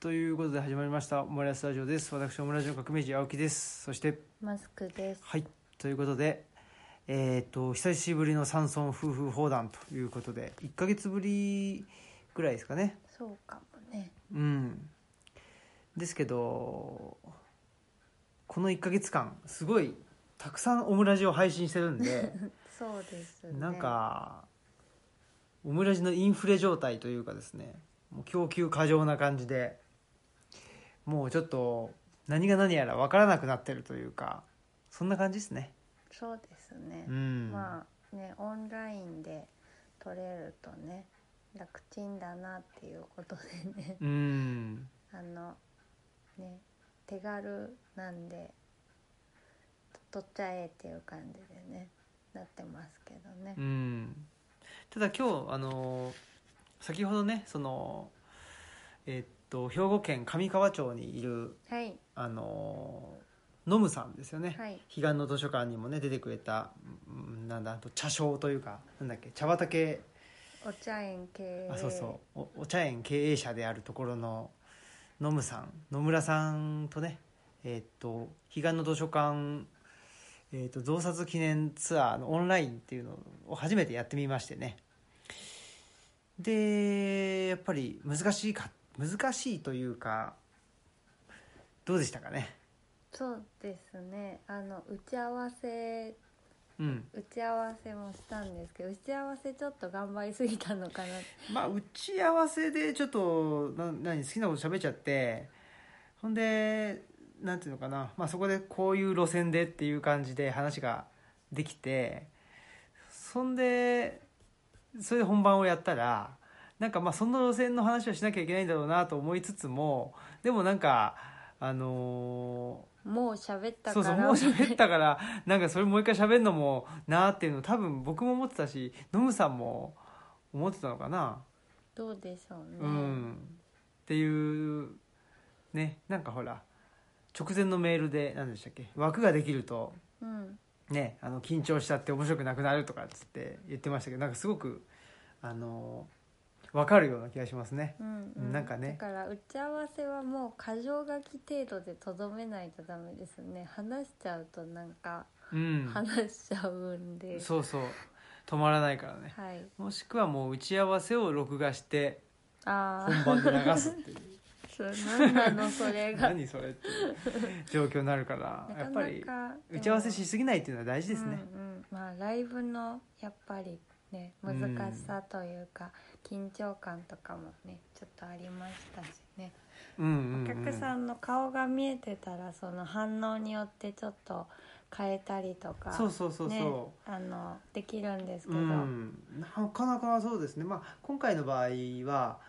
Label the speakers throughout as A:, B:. A: ということで始まりましたオムライスタジオです私オムライスの革命児青木ですそして
B: マスクです。
A: はいということでえっ、と久しぶりの山村夫婦砲弾ということで1ヶ月ぶりぐらいですかね
B: そうかもね。
A: うんですけどこの1ヶ月間すごいたくさんオムラジを配信してるんで
B: そうです、ね。
A: なん。かオムラジのインフレ状態というかですねもう供給過剰な感じでもうちょっと何が何やら分からなくなってるというかそんな感じですね
B: そうですね
A: う。ん、
B: まあねオンラインで取れるとね楽ちんだなっていうことでね
A: うん
B: あのね手軽なんで取っちゃえっていう感じでねなってますけどね
A: う。んただ今日あの先ほどねそのえっと兵庫県上川町にいる
B: はい
A: あのノムさんですよね、
B: はい
A: 彼岸の図書館にもね出てくれたうんなんだあと茶商というかなんだっけ茶畑
B: お茶園系
A: あそうそうおお茶園経営者であるところのノムさん野村さんとねえーっと彼岸の図書館、えーっと増刷記念ツアーのオンラインっていうのを初めてやってみましてねでやっぱり難しいか難しいというかどうでしたかね
B: そうですねあの打ち合わせ
A: うん
B: 打ち合わせもしたんですけど打ち合わせちょっと頑張りすぎたのかな
A: まあ打ち合わせでちょっとな何好きなこと喋っちゃってほんでなんていうのかな、まあ、そこでこういう路線でっていう感じで話ができてそんでそれで本番をやったらなんかまあその路線の話をしなきゃいけないんだろうなと思いつつもでもなんかあの
B: もう喋っ
A: ー
B: た
A: そ
B: か
A: う
B: ら
A: そうもう喋ったからなんかそれもう一回喋るのもなーっていうの多分僕も思ってたしノムさんも思ってたのかな。
B: どうでしょうね、
A: うん、っていうねなんかほら直前のメールで何でしたっけ枠ができると
B: うん
A: ねあの緊張しちゃって面白くなくなるとかっつって言ってましたけどなんかすごくあの分かるような気がしますね。
B: うんう
A: なんかね
B: だから打ち合わせはもう過剰書き程度でとどめないとダメですね話しちゃうとなんか
A: うん、
B: 話しちゃうんで、
A: そうそう止まらないからね。
B: はい
A: もしくはもう打ち合わせを録画して
B: ああ
A: 本番で流すっ ていう
B: そうなんなのそれが
A: 何それっていう状況になるから
B: な
A: やっ
B: かな
A: ぱ
B: か
A: り
B: でも
A: 打ち合わせしすぎないっていうのは大事ですね。
B: うんうん、まあライブのやっぱりね難しさというか、緊張感とかもねちょっとありましたしね、
A: うんうんうん、
B: お客さんの顔が見えてたらその反応によってちょっと変えたりとか
A: そうそうそうそう、
B: ね、あのできるんですけど、
A: うん、なかなかそうですね、まあ、今回の場合は、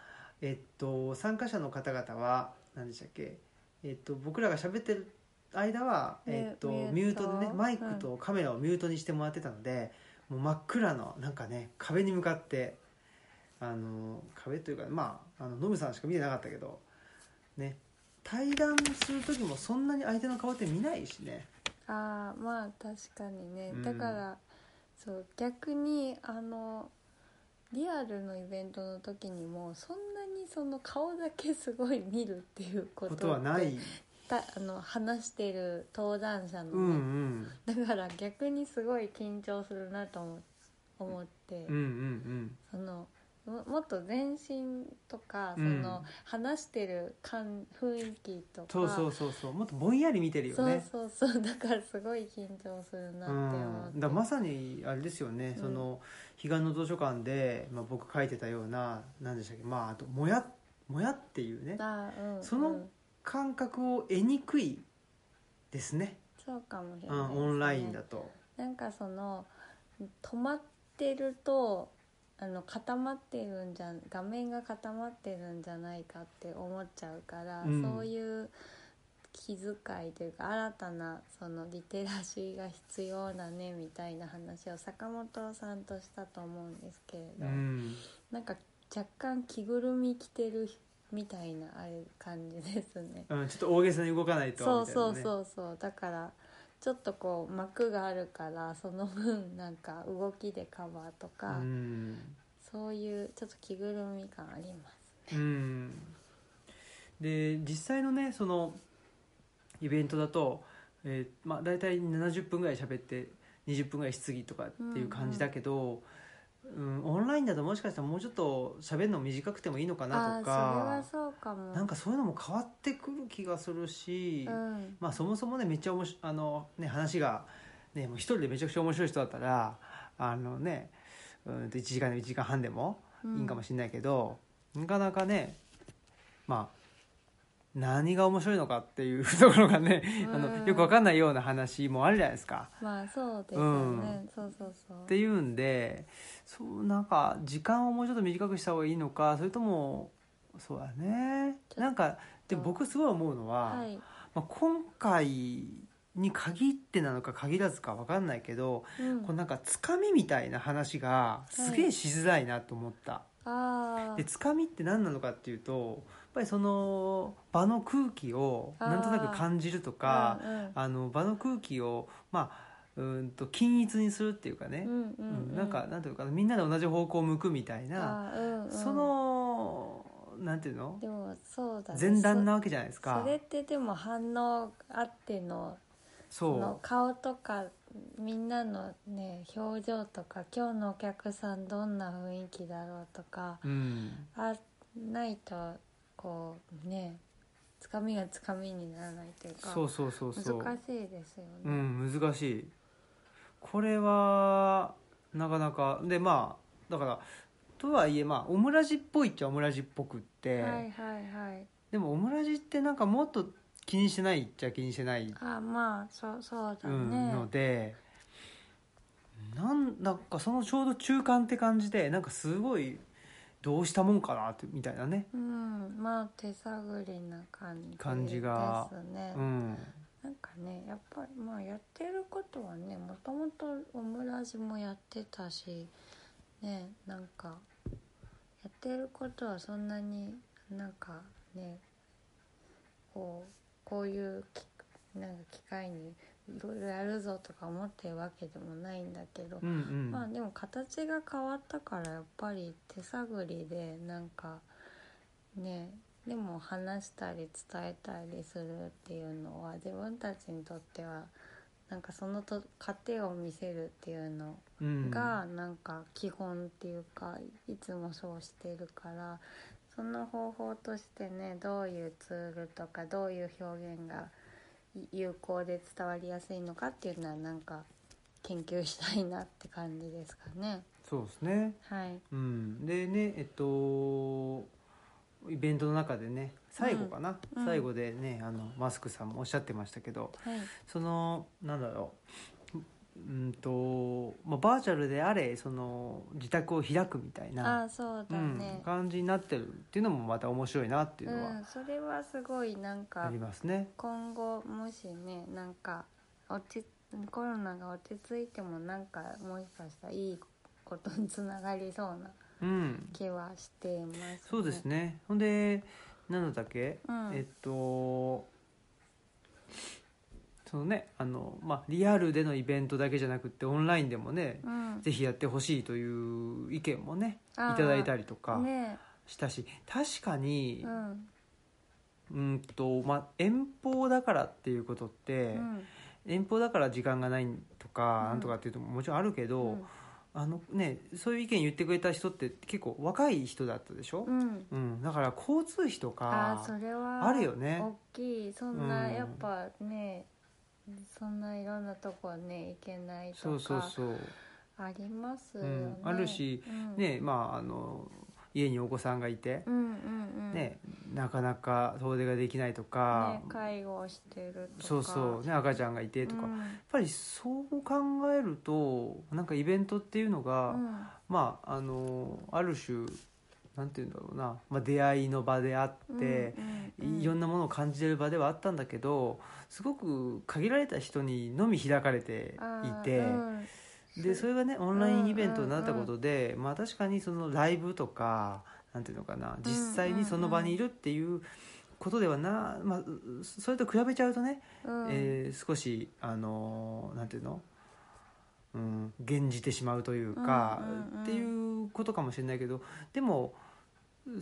A: えっと、参加者の方々は何でしたっけ、えっと、僕らが喋ってる間は、
B: ミュ
A: えっと、ミ
B: ミ
A: ュー
B: ュート
A: トでねマイクとカメラをミュートにしてもらってたので、もう真っ暗のなんかね壁に向かってあの壁というかまああのノムさんしか見てなかったけどね対談する時もそんなに相手の顔って見ないしね。
B: ああまあ確かにね、
A: うん
B: だからそう逆にあのリアルのイベントの時にもそんなにその顔だけすごい見るっていうこと
A: こ
B: って
A: とはない。
B: たあの話してる登壇者の
A: うんう
B: ね、
A: ん。
B: だから逆にすごい緊張するなと思思って、
A: うんうんうん。
B: そのももっと全身とかそ
A: うん
B: の、話してる感雰囲気とか
A: そうそうそうそうもっとぼんやり見てるよね
B: そうそうそうだからすごい緊張するなって思っ
A: う
B: て、
A: ん、だからまさにあれですよね、
B: う
A: そ
B: ん
A: の彼岸の図書館で、まあ、僕書いてたような何でしたっけまああともやもやっていうね
B: あーうん
A: その
B: うん
A: 感覚を得にくいですね、
B: そうかもし
A: う
B: れないです
A: ん、
B: ね、
A: オンラインだと、
B: なんかその止まってるとあの固まってるんじゃ画面が固まってるんじゃないかって思っちゃうから、
A: うん
B: そういう気遣いというか新たなそのリテラシーが必要だねみたいな話を坂本さんとしたと思うんですけれ
A: う
B: ど、
A: ん、
B: なんか若干着ぐるみ着てるみたいなあれ感じですね。
A: うん、ちょっと大げさに動かないと
B: そうそう
A: みたいなね
B: そうそうだからちょっとこう膜があるからその分なんか動きでカバーとか、
A: うん
B: そういうちょっと着ぐるみ感あります
A: うんで実際のねそのイベントだと、えーまあ、大体70分ぐらい喋って20分ぐらい質疑とかっていう感じだけど、うんオンラインだともしかしたらもうちょっと喋るの短くてもいいのかな
B: あ
A: と
B: あ
A: か
B: それはそうかも
A: なんかそういうのも変わってくる気がするし、
B: うん
A: まあ、そもそもねめっちゃおもしあの、ね、話が、ね、もう一人でめちゃくちゃ面白い人だったらあの、ね、うんと1時間でも1時間半でもいいんかもしれないけど、なかなかねまあ何が面白いのかっていうところがね、あ
B: うん
A: のよくわかんないような話もあるじゃないですか。
B: まあそうですよね、そうそうそう
A: っていうんでそうなんか時間をもうちょっと短くした方がいいのかそれともそうだね
B: ちょっと
A: なんかで僕すごい思うのは、
B: はい、
A: まあ、今回に限ってなのか限らずか分かんないけど、
B: うん
A: こうなんかつかみみたいな話がすげえしづらいなと思った、
B: あ
A: でつかみって何なのかっていうとやっぱりその場の空気をなんとなく感じると
B: あ
A: か
B: うんうん
A: あの場の空気をまあうーんと均一にするっていうかね、
B: うんう
A: うん
B: ん
A: なんかなんていうのかなみんなで同じ方向を向くみたいな、
B: あーうんうん
A: そのなんていうの
B: でもそうだね
A: 前段なわけじゃないです
B: そ
A: か
B: それってでも反応あっての
A: そう
B: その顔とかみんなのね表情とか今日のお客さんどんな雰囲気だろうとか
A: うん
B: あないとこうねつかみがつかみにならないというか
A: そうそうそうそう
B: 難しいですよね、
A: うん難しいこれはなかなかでまあだからとはいえまあオムラジっぽいっちゃオムラジっぽくって、
B: はいはいはい
A: でもオムラジってなんかもっと気にしてないっちゃ気にしてない、
B: あまあそうそうだ
A: うん、
B: ね、
A: のでなんだかそのちょうど中間って感じでなんかすごいどうしたもんかなってみたいなね
B: うん、まあ手探りな感じ
A: 感じが
B: ですね、
A: うん
B: なんかねやっぱりまあやってることはねもともとオムラジもやってたしねなんかやってることはそんなになんかねこうこういうきなんか機会にいろいろやるぞとか思ってるわけでもないんだけど、
A: うんうん、
B: まあでも形が変わったからやっぱり手探りでなんかねでも話したり伝えたりするっていうのは自分たちにとってはなんかそのと過程を見せるっていうの
A: うん
B: がなんか基本っていうかいつもそうしてるからその方法としてねどういうツールとかどういう表現が有効で伝わりやすいのかっていうのはなんか研究したいなって感じですかね。
A: そうですね
B: はい、
A: うん、でねえっとイベントの中でね最後かな、
B: うん
A: 最後でねあのマスクさんもおっしゃってましたけど
B: はい、
A: そのなんだろううんと、まあ、バーチャルであれその自宅を開くみたい
B: あ
A: な、
B: あそう
A: う
B: だ
A: ん
B: ね、、
A: 感じになってるっていうのもまた面白いなって
B: う
A: いうのは
B: ん、それはすごいなんか
A: ありますね。
B: 今後もしねなんか落ちコロナが落ち着いてもなんかもしかしたらいいことにつながりそうな
A: うん、
B: 気はしています、ね、
A: そうですねほんで何だっけ、
B: うん
A: えっとそのねあの、まあ、リアルでのイベントだけじゃなくってオンラインでもね、
B: うん
A: ぜひやってほしいという意見もねい
B: あー
A: ただいたりとか
B: ね
A: したし、確かに
B: えうん
A: うんと、まあ、遠方だからっていうことっ
B: う
A: て、
B: ん
A: 遠方だから時間がないとか、
B: うん
A: なんとかっていうのももちろんあるけど、
B: うん
A: あのね、そういう意見言ってくれた人って結構若い人だったでしょ、
B: うん
A: うん、だから交通費と
B: あ
A: か
B: あそれは
A: あるよね
B: 大きいそんな
A: うん
B: やっぱね、そんないろんなとこね行けない
A: そ
B: と
A: うそう
B: か
A: そう、
B: ありますよ
A: う
B: ね
A: ん、あるし、
B: うん、
A: ねまあ、あの家にお子さんがいて
B: う、んうんうん
A: ね、なかなか遠出ができないとか
B: ね、介護をしてるとか
A: そうそう、ね、赤ちゃんがいてとか、やっ
B: ん
A: ぱりそう考えるとなんかイベントっていうのが、
B: うん
A: まああのある種なんて言うんだろうな、まあ、出会いの場であって、
B: うんうんうん
A: いろんなものを感じてる場ではあったんだけどすごく限られた人にのみ開かれていて。
B: あーうん
A: でそれがねオンラインイベントになった
B: うんうん
A: こ
B: うん
A: とで、まあ、確かにそのライブとかなんていうのかな
B: うん
A: 実際にその場にいるっていうことではな、まあ、うそれと比べちゃうとね、
B: うん
A: えー少しあのーなんていうのうん、減じてしまうというか、
B: うんうんうん
A: っていうことかもしれないけどでも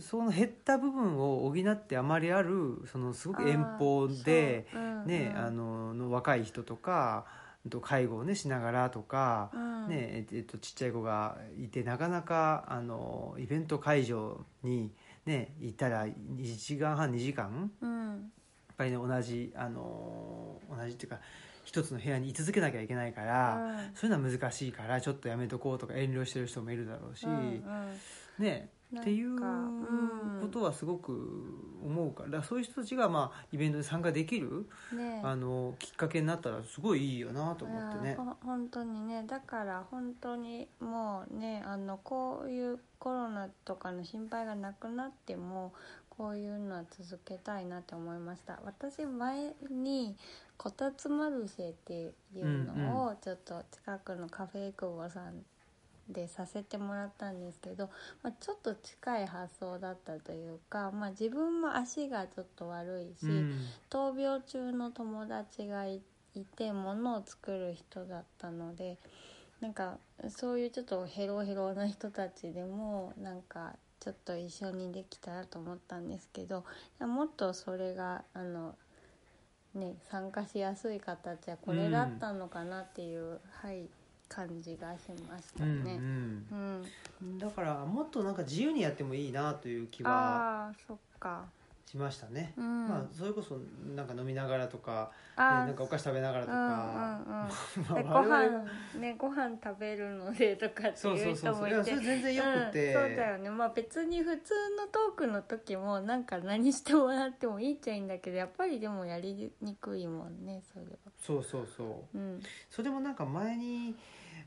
A: その減った部分を補ってあまりあるそのすごく遠方で、
B: あー、そううん
A: ねあ、のの若い人とかあと介護を、ね、しながらとか、
B: うんうん、
A: ねえっと、ちっちゃい子がいてなかなかあのイベント会場に、ね、行ったら1時間半2時間
B: うん
A: やっぱりね同じあの同じっていうか一つの部屋に居続けなきゃいけないから、
B: う
A: そういうのは難しいからちょっとやめとこうとか遠慮してる人もいるだろうし、
B: んうん
A: ね
B: なんか
A: っていう
B: うん
A: ことはすごく思うから,、そういう人たちが、まあ、イベントに参加できる、
B: ね
A: あのきっかけになったらすごいいいよなと思って
B: いや
A: ね。
B: ほ本当にねだから本当にもうねあのこういうコロナとかの心配がなくなってもこういうのは続けたいなって思いました私前にこたつマルシェっていう
A: う
B: のをちょっと近くのカフェイクボさんでさせてもらったんですけど、まあ、ちょっと近い発想だったというか、まあ、自分も足がちょっと悪いし、
A: うん
B: 闘病中の友達がいいて物を作る人だったのでなんかそういうちょっとヘロヘロな人たちでもなんかちょっと一緒にできたらと思ったんですけどいやもっとそれがあの、ね、参加しやすい形はこれだったのかなっていう、はい、感じがしまし
A: う
B: た
A: ん
B: ね。うん
A: うん、だからもっとなんか自由にやってもいいなという気は
B: ああーそっか。
A: しましたね
B: う、ん、
A: まあ、それこそなんか飲みながらとか、ね
B: あー
A: なんかお菓子食べながらとか、
B: うんうん
A: ま
B: うんで
A: あ
B: ご
A: 我々
B: 飯
A: は
B: ねご飯食べるのでとかって
A: そう
B: い
A: そううそ
B: 人
A: うそ
B: も
A: う
B: い
A: いやそ
B: て
A: れ全然よくて、
B: うん、そうだよねまあ別に普通のトークの時もなんか何してもらってもいいっちゃいいんだけどやっぱりでもやりにくいもんねそれは
A: そうそうそう
B: うん
A: それもなんか前に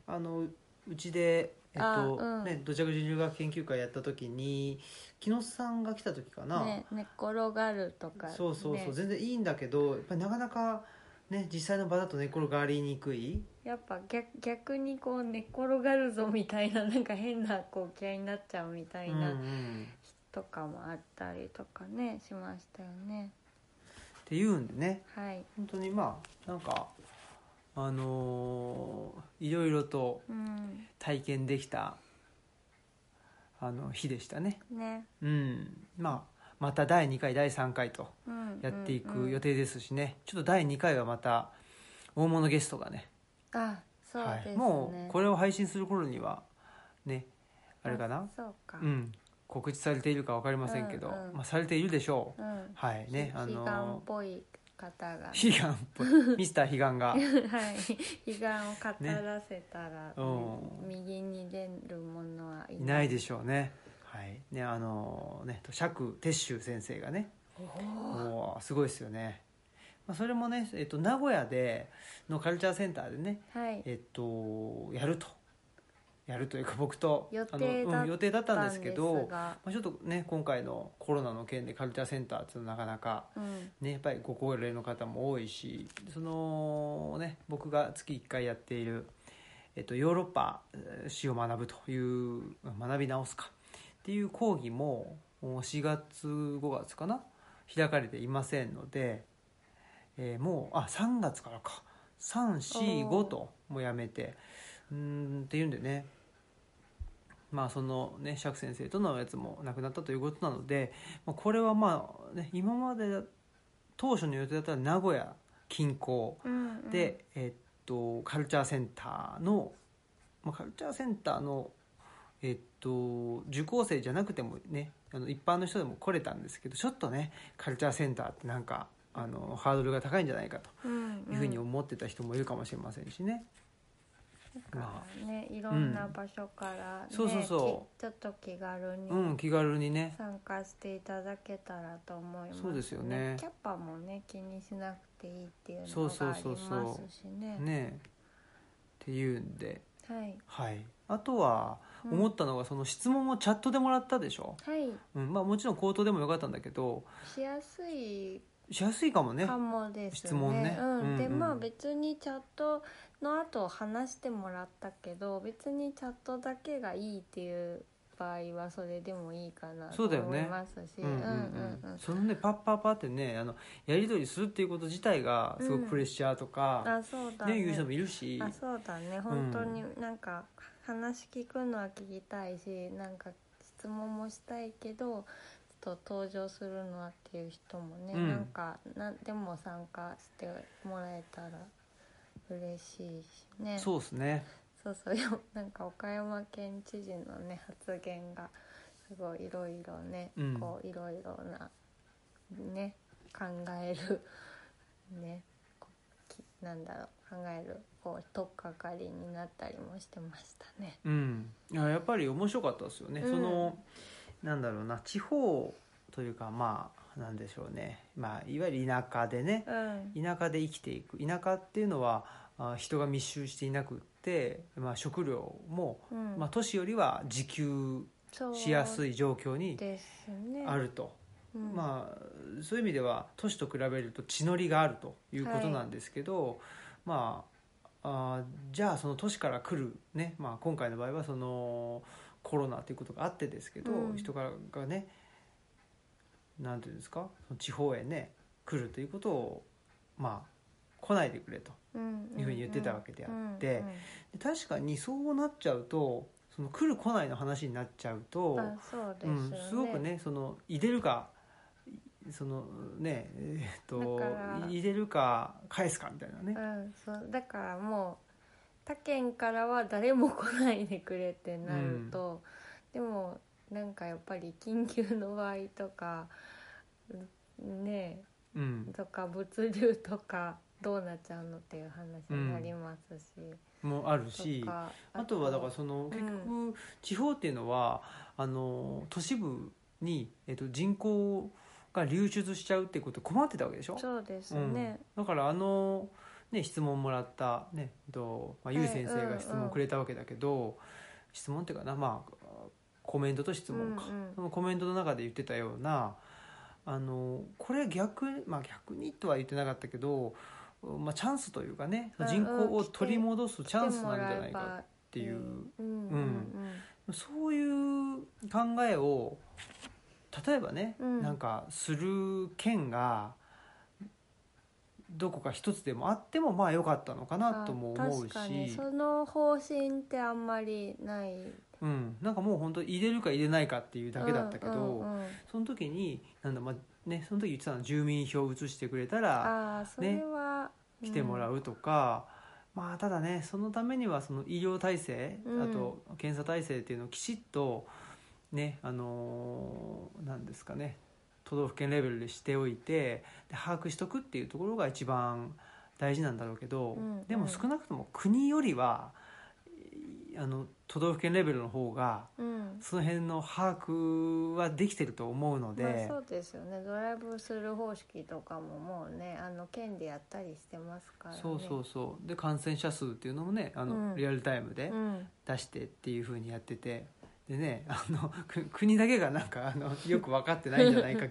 A: あのうちで、えっ
B: あ
A: と
B: うん
A: ね、土着人留学研究会やった時に木野さんが来た時かな、
B: ね寝っ転がるとか、ね、
A: そうそうそう、全然いいんだけどやっぱりなかなか、ね、実際の場だと寝転がりにくい
B: やっぱ逆逆にこう寝っ転がるぞみたいななんか変なこう気合いになっちゃうみたい
A: うんう
B: なんとかもあったりとかねしましたよね
A: っていうんでね
B: はい
A: 本当にまあなんかあのーいろいろと
B: うん
A: 体験できたあの日でしたね。
B: ね
A: うんまあ、また第2回第3回と
B: うん
A: やってい
B: うんう
A: く
B: ん
A: 予定ですしね、ちょっと第2回はまた大物ゲストがね
B: あそうですね、
A: はい、もうこれを配信する頃にはねあれかな
B: そうか
A: うん告知されているか分かりませんけど、
B: うんうん
A: まあ、されているでしょう、
B: うん
A: はいねあ
B: 悲願っ
A: の
B: ぽい方がは
A: 悲願っぽいミスター悲願が
B: い悲願を語らせたら、
A: うん
B: 右に出るものはい
A: いないいでしょうねはいねあのね釈徹宗先生がね
B: おー
A: おーすごいですよね、まあ、それもね、えっと、名古屋でのカルチャーセンターでね
B: はい
A: えっと、やるとやるというか僕と
B: 予
A: あの
B: 定だ
A: うん予定だったんですけど
B: ですが
A: まあ、ちょっとね今回のコロナの件でカルチャーセンターっていうのはなかなか、
B: うん
A: ね、やっぱりご高齢の方も多いしその、ね、僕が月1回やっている、えっと、ヨーロッパえー史を学ぶという学び直すかっていう講義ももう4月5月かな開かれていませんので、えーもうあ3月からか345
B: おー
A: ともうやめてうーんっていうんでねまあそのね釈先生とのやつもなくなったということなので、まあ、これはまあ、ね、今までだ当初の予定だったら名古屋近郊
B: うんうん
A: で、えっとカルチャーセンターの、まあ、カルチャーセンターのえっと受講生じゃなくてもねあの一般の人でも来れたんですけどちょっとねカルチャーセンターってなんかあのハードルが高いんじゃないかと
B: うん
A: いうふうに
B: うん
A: 思ってた人もいるかもしれませんしね。
B: だからねいろんな場所から、ね
A: そうそうそ
B: きちょっと気軽に
A: うん、気軽にね
B: 参加していただけたらと思います、
A: そうですよね
B: キャパもね気にしなくていいっていう
A: そ
B: の
A: うそ
B: が
A: う
B: あり
A: そうそう
B: ますしね
A: ねっていうんで、
B: はい、
A: はい、あとは
B: うん
A: 思ったのがその質問もチャットでもらったでしょ、
B: はい
A: うんまあ、もちろん口頭でもよかったんだけど
B: しやすい
A: しやすいかもね
B: かもですね
A: 質問ね
B: う、
A: うんうんん
B: でまあ別にチャットの後話してもらったけど別にチャットだけがいいっていう場合はそれでもいいかなと
A: そうだよ
B: 思
A: ね
B: いますし
A: うんうん
B: うん
A: う
B: うん
A: ん、そのねパッパッパってねあのやり取りするっていうこと自体がすご
B: う
A: く
B: ん
A: プレッシャーとか、
B: あそうだ
A: ね
B: ね
A: いう人もいるし
B: あそうだね本当になんか話聞くのは聞きたいし、なんか質問もしたいけどちょっと登場するのはっていう人もね、
A: うん
B: なんか何でも参加してもらえたら嬉しいしね
A: そうですね
B: そうそうよなんか岡山県知事のね発言がすごいいろいろね、
A: うん
B: こういろいろなね考えるねこうきなんだろう考えるこう取っかかりになったりもしてましたね。
A: うんいややっぱり面白かったですよね、
B: うん
A: そのなんだろうな地方というかまあなんでしょうね、まあ、いわゆる田舎でね
B: うん、
A: 田舎で生きていく田舎っていうのはあ人が密集していなくって、まあ、食料も、
B: うん
A: まあ、都市よりは自給
B: そう
A: しやすい状況に
B: ですね。
A: あると、
B: うん、
A: まあ、そういう意味では都市と比べると地の利があるということなんですけど、まああーじゃあその都市から来る、ねまあ、今回の場合はそのコロナということがあってですけど、
B: うん
A: 人からがねなんていうんですかその地方へね来るということをまあ来ないでくれと
B: うん
A: いうふうに言ってたわけであってで確かにそうなっちゃうとその来る来ないの話になっちゃう
B: うん
A: と
B: うんあそうです
A: う
B: よね、
A: ん、すごくねその入れるかそのねえーっと
B: だから
A: 入れるか返すかみたいなね、
B: うん、そうだからもう他県からは誰も来ないでくれってなると、でもなんかやっぱり緊急の場合とかうんね
A: うん
B: えとか物流とかどうなっちゃうのっていう話になりますし、
A: もある
B: と
A: し
B: か
A: あとはだからその結局地方っていうのはあの都市部に、えっと人口が流出しちゃうっていうことで困ってたわけでしょ
B: そうです
A: うん
B: ね、
A: だからあの、ね、質問もらった、ねえっとまあ、ゆう先生が質問くれたわけだけど、質問っていうかな、まあ、コメントと質問か、
B: うんうん
A: そのコメントの中で言ってたようなあのこれ逆,、まあ、逆にとは言ってなかったけど、まあ、チャンスというかね
B: うんうん
A: 人口を取り戻すチャン
B: 来
A: ス
B: て
A: な
B: も
A: んじ
B: ら
A: ゃ
B: えば
A: ないかっていう、
B: うん
A: うんそういう考えを例えばね、
B: うん
A: なんかする県がどこか一つでもあってもまあ良かったのかなとも
B: あ
A: 思う
B: 確かに
A: し
B: そ、の方針ってあんまりない
A: うん、なんかもう本当入れるか入れないかっていうだけだったけど、
B: うんうんうん
A: その時になんだまあねその時言ってたの住民票を移してくれたら
B: ああそれは、
A: 来てもらうとか、まあただねそのためにはその医療体制、
B: うん
A: あと検査体制っていうのをきちっとねあのーなんですかね都道府県レベルでしておいてで把握しとくっていうところが一番大事なんだろうけど、
B: うん
A: でも少なくとも国よりはいあの都道府県レベルの方が
B: うん、
A: その辺の把握はできてると思うので、
B: まあそうですよねドライブスルー方式とかももうねあの県でやったりしてますからね
A: そうそうそうで感染者数っていうのもねあの、
B: うん
A: リアルタイムで
B: うん、
A: 出してっていうふうにやっててでねあのく国だけがなんかあのよく分かってないんじゃない か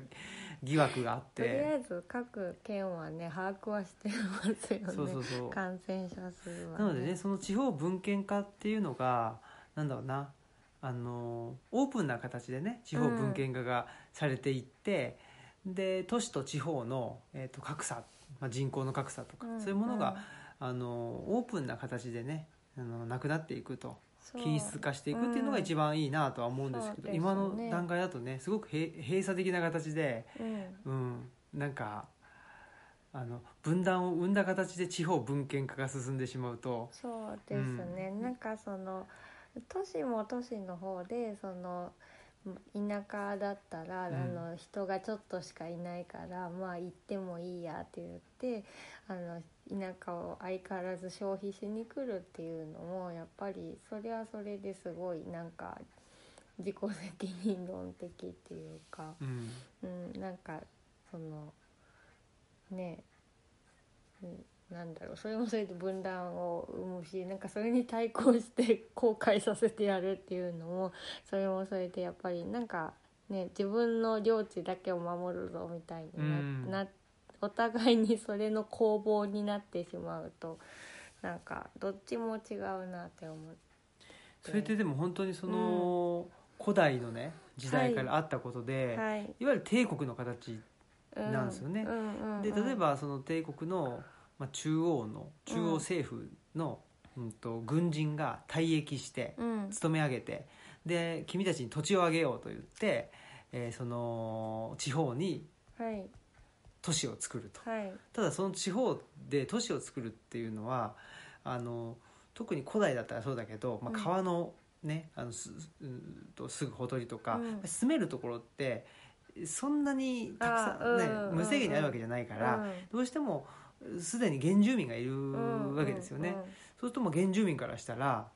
A: 疑惑があっ
B: とりあ
A: て
B: えず各県はね把握はしてますよね
A: そうそうそう
B: 感染者数は、
A: なのでねその地方文献化っていうのがなんだろうなあのオープンな形でね地方文献化がされていって、で都市と地方の、えー、と格差、まあ、人口の格差とか、
B: ん
A: そういうものが、、あのオープンな形でねあのなくなっていくと
B: うん
A: 均質化していくっていうのが一番いいなとは思うんですけど、
B: うん
A: 今
B: そうです
A: の
B: ね
A: 段階だとねすごくへ閉鎖的な形で、
B: そううん
A: うん、なんかあの分断を生んだ形で地方文献化が進んでしまうと、
B: そうですね、なんかその都市も都市の方でその田舎だったら、
A: うん
B: あの人がちょっとしかいないからまあ行ってもいいやって言ってあの田舎を相変わらず消費しに来るっていうのもやっぱりそれはそれですごいなんか自己責任論的っていうか。
A: うん
B: うん、なんかそのねえうんなんだろうそれもそれで分断を生むしなんかそれに対抗して後悔させてやるっていうのもそれもそれでやっぱりなんかね自分の領地だけを守るぞみたいにな,、
A: うん
B: なお互いにそれの攻防になってしまうとなんかどっちも違うなって思って。
A: それってでも本当にその、古代のね時代からあったことで、い
B: はい、
A: わゆる帝国の形
B: う
A: なんですよね
B: うんうんうん
A: で例えばその帝国の、まあ、中央の中央政府の、うんと軍人が退役して
B: うん
A: 勤め上げてで君たちに土地をあげようと言って、えーその地方に
B: はい
A: 都市を作ると
B: はい
A: ただその地方で都市を作るっていうのはあの特に古代だったらそうだけど、まあ、
B: うん
A: 川のね、あのすうんとすぐほとりとか、
B: うん
A: 住めるところってそんなにたくさ
B: あーうん
A: ん、ね
B: うん
A: 無制限にあるわけじゃないから、
B: うん
A: どうしてもすでに原住民がいるわけですよね、そうするともう原住民からしたら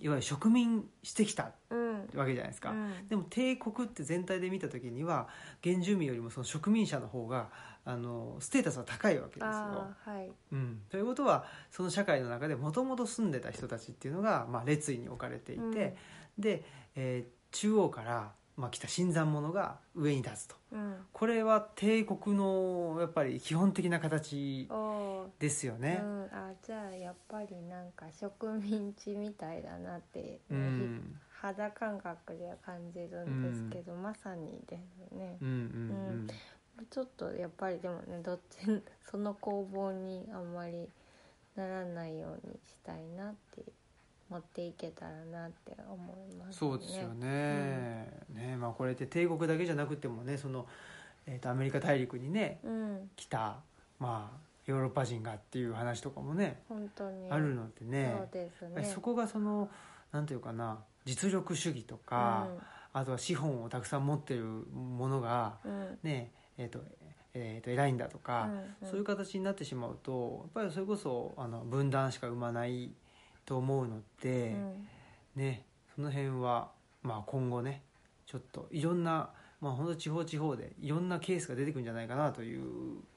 A: いわゆる植民してきた
B: うんうんうん
A: わけじゃないですか、
B: うん
A: でも帝国って全体で見た時には原住民よりもその植民者の方があのステータスは高いわけですよ
B: あ。ーはい
A: うん、ということはその社会の中でもともと住んでた人たちっていうのが、まあ、列位に置かれていて、
B: うん
A: で、えー中央から、まあ、来た新参者が上に立つと
B: うん
A: これは帝国のやっぱり基本的な形
B: おー
A: ですよ
B: う
A: ね。
B: ん、あじゃあやっぱりなんか植民地みたいだなって、
A: う
B: ひ
A: ん
B: 肌感覚では感じるんですけど、まさにですね
A: うんうんうん
B: ちょっとやっぱりでもねどっちその攻防にあんまりならないようにしたいなって持っていけたらなって思いますね。
A: そうですよね,、ねまあ、これって帝国だけじゃなくてもねその、えー、とアメリカ大陸にね
B: うん
A: 来た、まあ、ヨーロッパ人がっていう話とかもね
B: 本当に
A: あるのでね
B: そうです
A: やっぱり
B: ね。
A: そこがそのなんていうかな実力主義とか、あとは資本をたくさん持ってるものが
B: うんうん
A: ねえーとえーと偉いんだとか、
B: うん
A: そういう形になってしまうとやっぱりそれこそあの分断しか生まないと思うの
B: う
A: で、
B: ん
A: ねその辺は、まあ、今後ねちょっといろんな、まあ、本当地方地方でいろんなケースが出てくるんじゃないかなという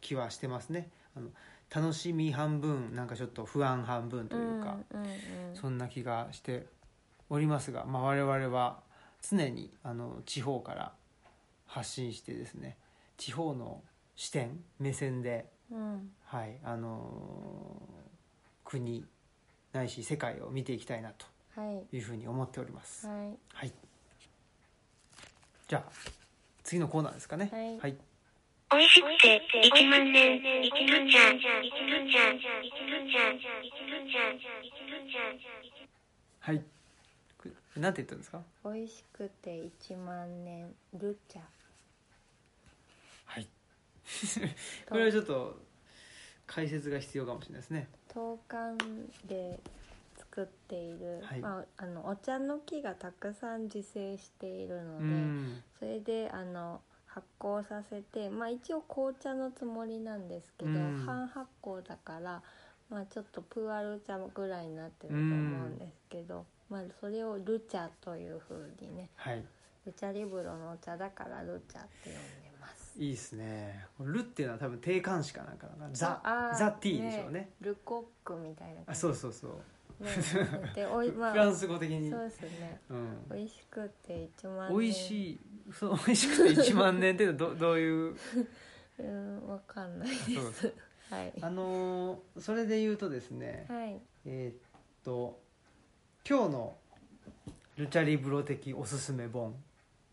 A: 気はしてますね。あの楽しみ半分なんかちょっと不安半分というか、
B: うんうんうん
A: そんな気がしておりますが、まあ、我々は常にあの地方から発信してですね地方の視点目線で、
B: うん
A: はいあのー国ないし世界を見ていきたいなと
B: はい
A: いうふうに思っております。
B: はい
A: はい、じゃあ次のコーナーですかね。
B: はい
A: はい、
C: おいしって、1万年、一度ちゃん、一度ちゃん、一度ちゃん、一度ちゃん、一度ちゃん。
A: はいくなんて言ったんですか。
B: 美味しくて1万年ルチャ
A: はい。 これはちょっと解説が必要かもしれないですね。
B: 東館で作っている、
A: はい
B: まあ、あのお茶の木がたくさん自生しているの
A: う
B: で、
A: ん。
B: それであの発酵させてまあ一応紅茶のつもりなんですけど、
A: うん
B: 半発酵だから、まあ、ちょっとプーアル茶ぐらいになってると思うんですけど、まあ、それをルチャというふうにね
A: はい。
B: ルチャリブロのお茶だからルチャって呼んでます。
A: いいですねルっていうのは多分定冠詞かなんかだな
B: あ
A: ザ
B: ー
A: ザティーでしょうね
B: ルコックみたいな
A: あそう
B: です、
A: そうそう、
B: ね、でお い
A: フ
B: まあ
A: フランス語的に
B: そうですね
A: うん
B: 美味しくて1万
A: 美味しいそう美味しくて1万年っていうのはどどういう
B: うーんわかんない
A: あそうです
B: はい
A: あのーそれで言うとですね、
B: はい
A: えーっと今日のルチャリブロ的おすすめ本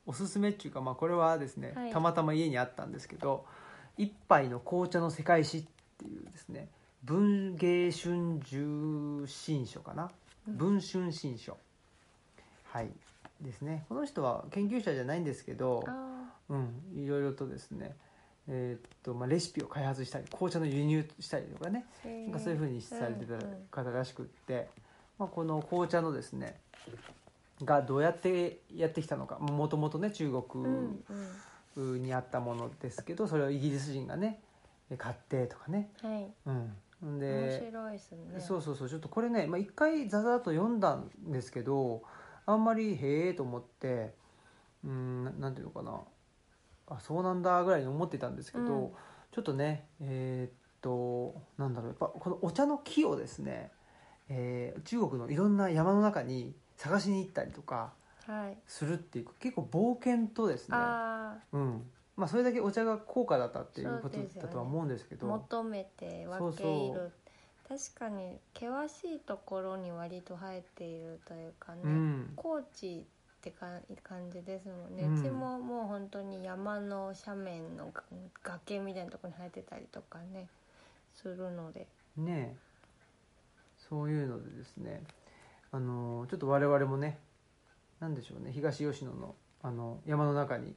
A: おすすめっていうか、まあ、これはですね、
B: はい
A: たまたま家にあったんですけど「一杯の紅茶の世界史」っていうですね文芸春秋新書かな
B: うん
A: 文春新書、はいですねこの人は研究者じゃないんですけど
B: あ、あ
A: うん、いろいろとですねえーっとまあ、レシピを開発したり紅茶の輸入したりとかねなんかそういうふうにされてた方らしくって、まあ、この紅茶のですねがどうやってやってきたのかもともとね中
B: うんうん
A: 国にあったものですけどそれをイギリス人がね買ってとかね
B: はい
A: うん
B: 面
A: で、
B: 白いですね
A: そううそうそうちょっとこれね、まあ、一回ザザッと読んだんですけどあんまりへえと思ってうんななんていうのかなあそうなんだぐらいに思ってたんですけど、
B: うん
A: ちょっとねえーっとなんだろうやっぱこのお茶の木をですね、えー中国のいろんな山の中に探しに行ったりとか
B: はい
A: するっていう結構冒険とですね、
B: ああ
A: うんまあ、それだけお茶が高価だったっていうこ
B: そ
A: と
B: うですよね
A: だとは思うんですけど
B: 求めて分
A: そ
B: け入
A: うそ
B: る確かに険しいところに割と生えているというかね、
A: うん
B: 高知ってか感じですもんね、う
A: うん
B: ちももう本当に山の斜面のが崖みたいなところに生えてたりとかねするので
A: ねえそういうのでですねあのーちょっと我々もねなんでしょうね東吉野のあの山の中に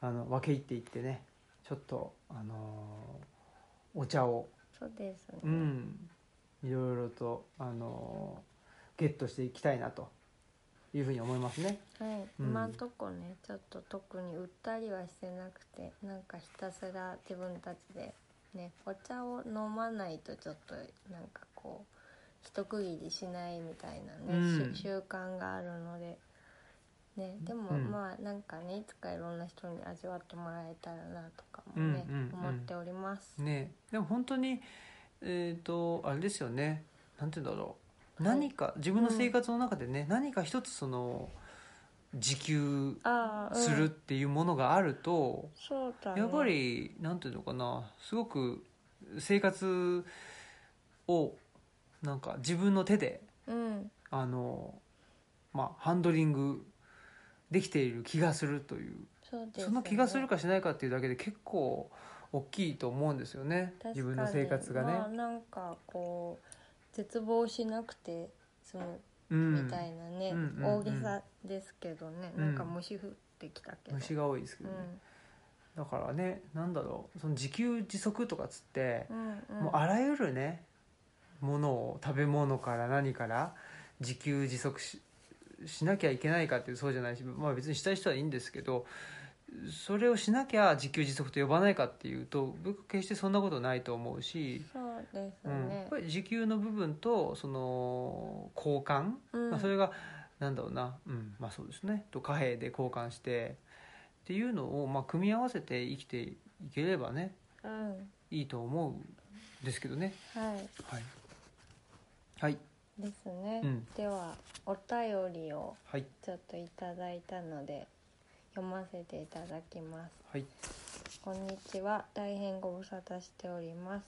A: あの分け入っていってねちょっとあのお茶を
B: そうですね、
A: うんいろいろとあのゲットしていきたいなというふうに思いますね。
B: はい、
A: うん
B: 今んとこねちょっと特に売ったりはしてなくてなんかひたすら自分たちでねお茶を飲まないとちょっとなんかこう一区切りしないみたいなね、
A: うん
B: し習慣があるので。ね、でも、
A: うん
B: まあなんかねいつかいろんな人に味わってもらえたらなとかもね、
A: うんうんうん
B: 思っております、
A: ねでも本当にえっ、とあれですよねなんて言うんだろう
B: はい
A: 何か自分の生活の中でね、何か一つその自給
B: ああ、うん
A: するっていうものがあると、
B: そうだ、ね、
A: やっぱりなんていうのかなすごく生活をなんか自分の手で
B: うん
A: あの、まあ、ハンドリングできている気がするという
B: そうです、ね、
A: その気がするかしないかっていうだけで結構大きいと思うんですよね
B: 確かに
A: 自分の生活がね、
B: まあ、なんかこう絶望しなくて済む
A: うん
B: みたいなね、
A: うんうんうん
B: 大げさですけどね、
A: うん
B: なんか虫降ってきたけど
A: 虫が多いですけどね、だからねなんだろうその自給自足とかっつって
B: う、んうんうん
A: もうあらゆるねものを食べ物から何から自給自足ししなきゃいけないかっていうそうじゃないし、まあ、別にしたい人はいいんですけどそれをしなきゃ自給自足と呼ばないかっていうと僕決してそんなことないと思うし、
B: そうです
A: うん、や
B: ね
A: っ、ぱり自給の部分とその交換、
B: うん
A: まあ、それがなんだろうな、うんまあ、そうですねと貨幣で交換してっていうのをまあ組み合わせて生きていければね
B: うん
A: いいと思うんですけどね
B: はい
A: はいはい
B: ですね、
A: うん
B: ではお便りを
A: はい
B: ちょっといただいたので読ませていただきます
A: はい
B: こんにちは。大変ご無沙汰しております。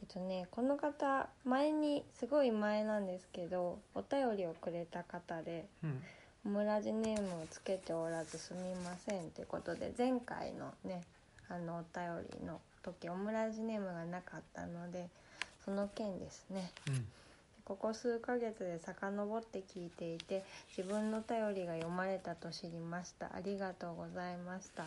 B: えっとね、この方、前に、すごい前なんですけど、お便りをくれた方で、
A: うん
B: オムラジネームをつけておらずすみませんということで、前回のね、あの、お便りの時、オムラジネームがなかったので、その件ですね。
A: うん
B: ここ数ヶ月で遡って聞いていて自分の便りが読まれたと知りましたありがとうございました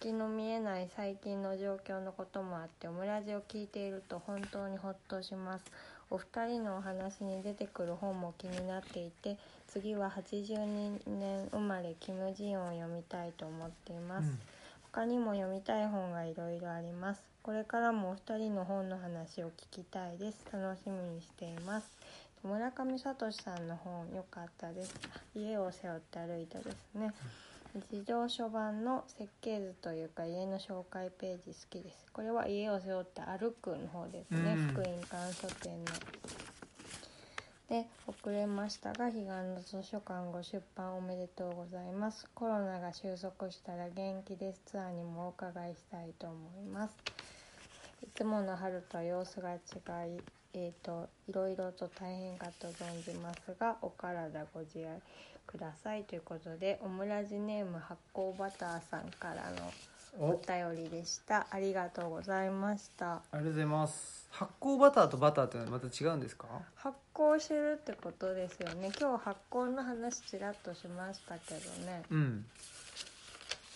B: 先の見えない最近の状況のこともあってオムラジを聞いていると本当にほっとしますお二人のお話に出てくる本も気になっていて次は82年生まれキム・ジヨンを読みたいと思っています、
A: うん
B: 他にも読みたい本がいろいろありますこれからもお二人の本の話を聞きたいです楽しみにしています村上聡さんの本良かったです家を背負って歩いたですね自動書版の設計図というか家の紹介ページ好きですこれは家を背負って歩くの方ですね、
A: うん
B: 福音館書店ので遅れましたが彼岸の図書館ご出版おめでとうございますコロナが収束したら元気ですツアーにもお伺いしたいと思いますいつもの春と様子が違いえー、といろいろと大変かと存じますがお体ご自愛くださいということでオムラジネーム発酵バターさんからのお
A: お
B: 便りでしたありがとうございました
A: ありがとうございます発酵バターとバターっていうのはまた違うんですか
B: 発酵してるってことですよね今日発酵の話ちらっとしましたけどね
A: うん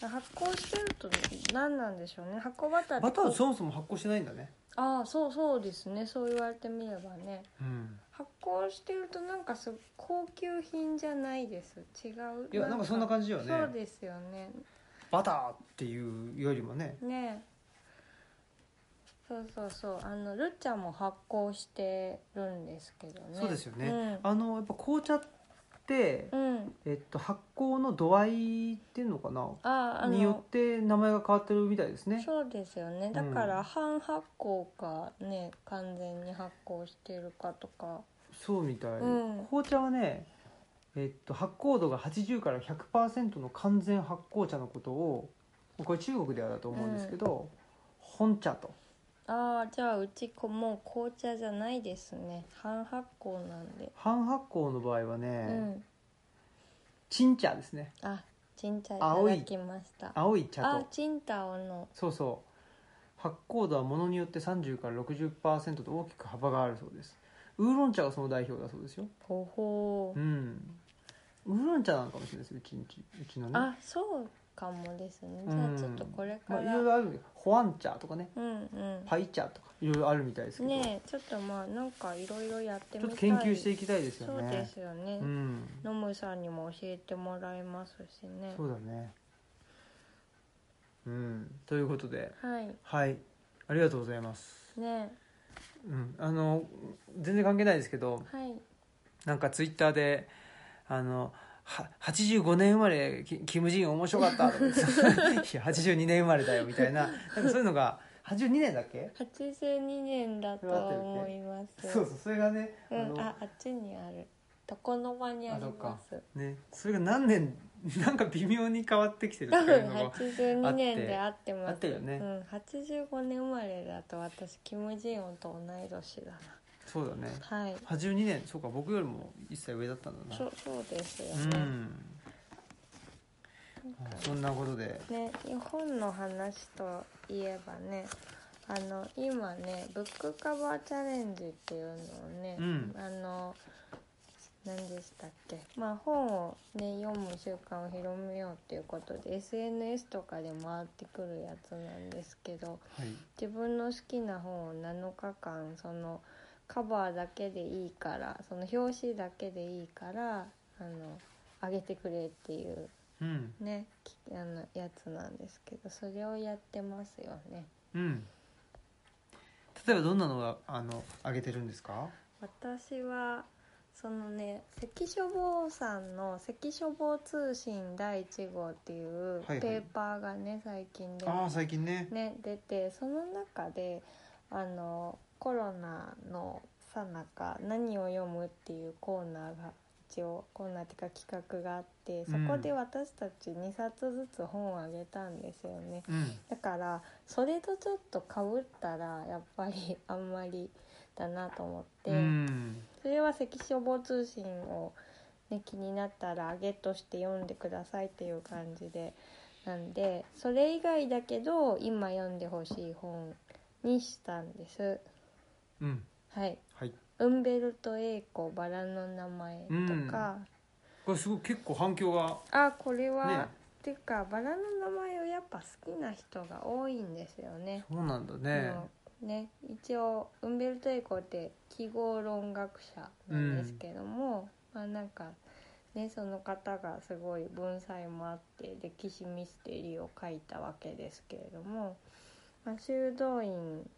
B: 発酵してると何なんでしょうね発酵バターって
A: バターは
B: こう
A: そもそも発酵しないんだね
B: ああそうそうですねそう言われてみればね
A: うん
B: 発酵してるとなんかす高級品じゃないです違う
A: いやなんかそんな感じよね
B: そうですよね
A: バターっていうよりもね
B: ねえそうそうそうあのるっちゃんも発酵してるんですけどね
A: そうですよね、あのやっぱ紅茶って、
B: うん、うん、
A: えっと、発酵の度合いっていうのかな
B: ああ
A: によ
B: の
A: って名前が変わってるみたいですね
B: そうですよねだか
A: う
B: ら
A: ん
B: 半発酵かね完全に発酵してるかとか
A: そうみたい、
B: うん
A: 紅茶はね、えっと、発酵度が80から100%の完全発酵茶のことをこれ中国ではだと思うんですけど、本茶と
B: ああじゃあうちこもう紅茶じゃないですね半発酵なんで
A: 半発酵の場合は
B: う
A: ね、
B: ん
A: チン茶ですね
B: あちんたいた
A: 青
B: だ
A: い
B: きました
A: 青い茶
B: あ
A: と
B: ちんたおの
A: そうそう発酵度はものによって30から60%と大きく幅があるそうですウーロン茶がその代表だそうですよ
B: ほほ
A: うんウーロン茶なのかもしれないですうちんちうちのね
B: あそうかもですねじゃ
A: うん
B: あちょっとこれ
A: ま
B: か
A: あい
B: ら、
A: ろいろあるんでホアン茶とかね
B: うんうん
A: パイ茶とかいろいろあるみたいですけど、
B: ねえちょっとまあなんかいろいろやって
A: ちょ
B: み
A: ったと
B: い
A: 研究していきたいですよ
B: そう
A: ね
B: ですよね
A: うん
B: ノム、さんにも教えてもらいますしね
A: そうだねうんということで
B: はい
A: はいありがとうございます
B: ね
A: うんあの全然関係ないですけど
B: はい
A: なんかツイッターであのは85年生まれキキム・ジン面白かったとか言ってい や82年生まれだよみたいななんかそういうのが82年だっけ
B: 82年だと思います
A: そうそうそれがねあ
B: うん、
A: の
B: ああっちにある床の間にあります
A: ねそれが何年 なんか微妙に変わってきてるって
B: 多
A: いうの
B: 分
A: が
B: 82年で合ってます
A: 合ってるよね
B: うん、85年生まれだと私キム・ジヨンと同い年だ
A: そうだね
B: なはい
A: 82年そうか僕よりも1歳上だったんだな
B: そうそうですよ
A: う
B: ね、
A: んはいそんなことで
B: ね日本の話といえばねあの今ねブックカバーチャレンジっていうのをね、
A: うん
B: あの何でしたっけまあ本をね読む習慣を広めようっていうことで SNS とかで回ってくるやつなんですけど
A: はい
B: 自分の好きな本を7日間そのカバーだけでいいからその表紙だけでいいからあのあげてくれっていう
A: うん
B: ねきあのやつなんですけどそれをやってますよね
A: うん例えばどんなのがあの上げてるんですか
B: 私はそのね関書房さんの「関書房通信第1号」っていう
A: はいはい
B: ペーパーがね最近で
A: ああ最近ね
B: ね出てその中であのコロナのさなか何を読むっていうコーナーが一応コーナーっていうか企画があってそこで私たち2冊ずつ本をあげたんですよね。
A: うん
B: だからそれとちょっとかぶったらやっぱりあんまりだなと思って、
A: うん
B: それは関消防通信を、ね、気になったらゲットして読んでくださいっていう感じでなんでそれ以外だけど今読んでほしい本にしたんです
A: うん
B: はい
A: はい
B: ウンベルト・エイコ「バラの名前」とか、
A: これすごい結構反響が
B: あこれは、
A: ね
B: ていうかバラの名前をやっぱ好きな人が多いんですよね
A: そうなんだね
B: うんね、一応ウンベルト・エコって記号論学者なんですけども、まあなんかねその方がすごい文才もあって歴史ミステリーを書いたわけですけれども、まあ、修道院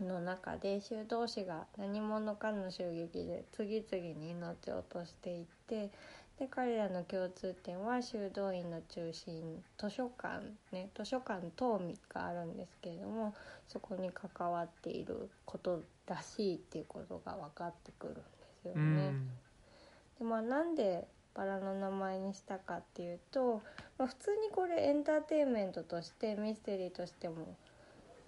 B: の中で修道士が何者かの襲撃で次々に命を落としていってで彼らの共通点は修道院の中心図書館ね図書館東美があるんですけれどもそこに関わっていることらしいっていうことが分かってくるんですよ
A: う
B: ね。
A: ん
B: でまあ、なんでバラの名前にしたかっていうと、まあ、普通にこれエンターテインメントとしてミステリーとしても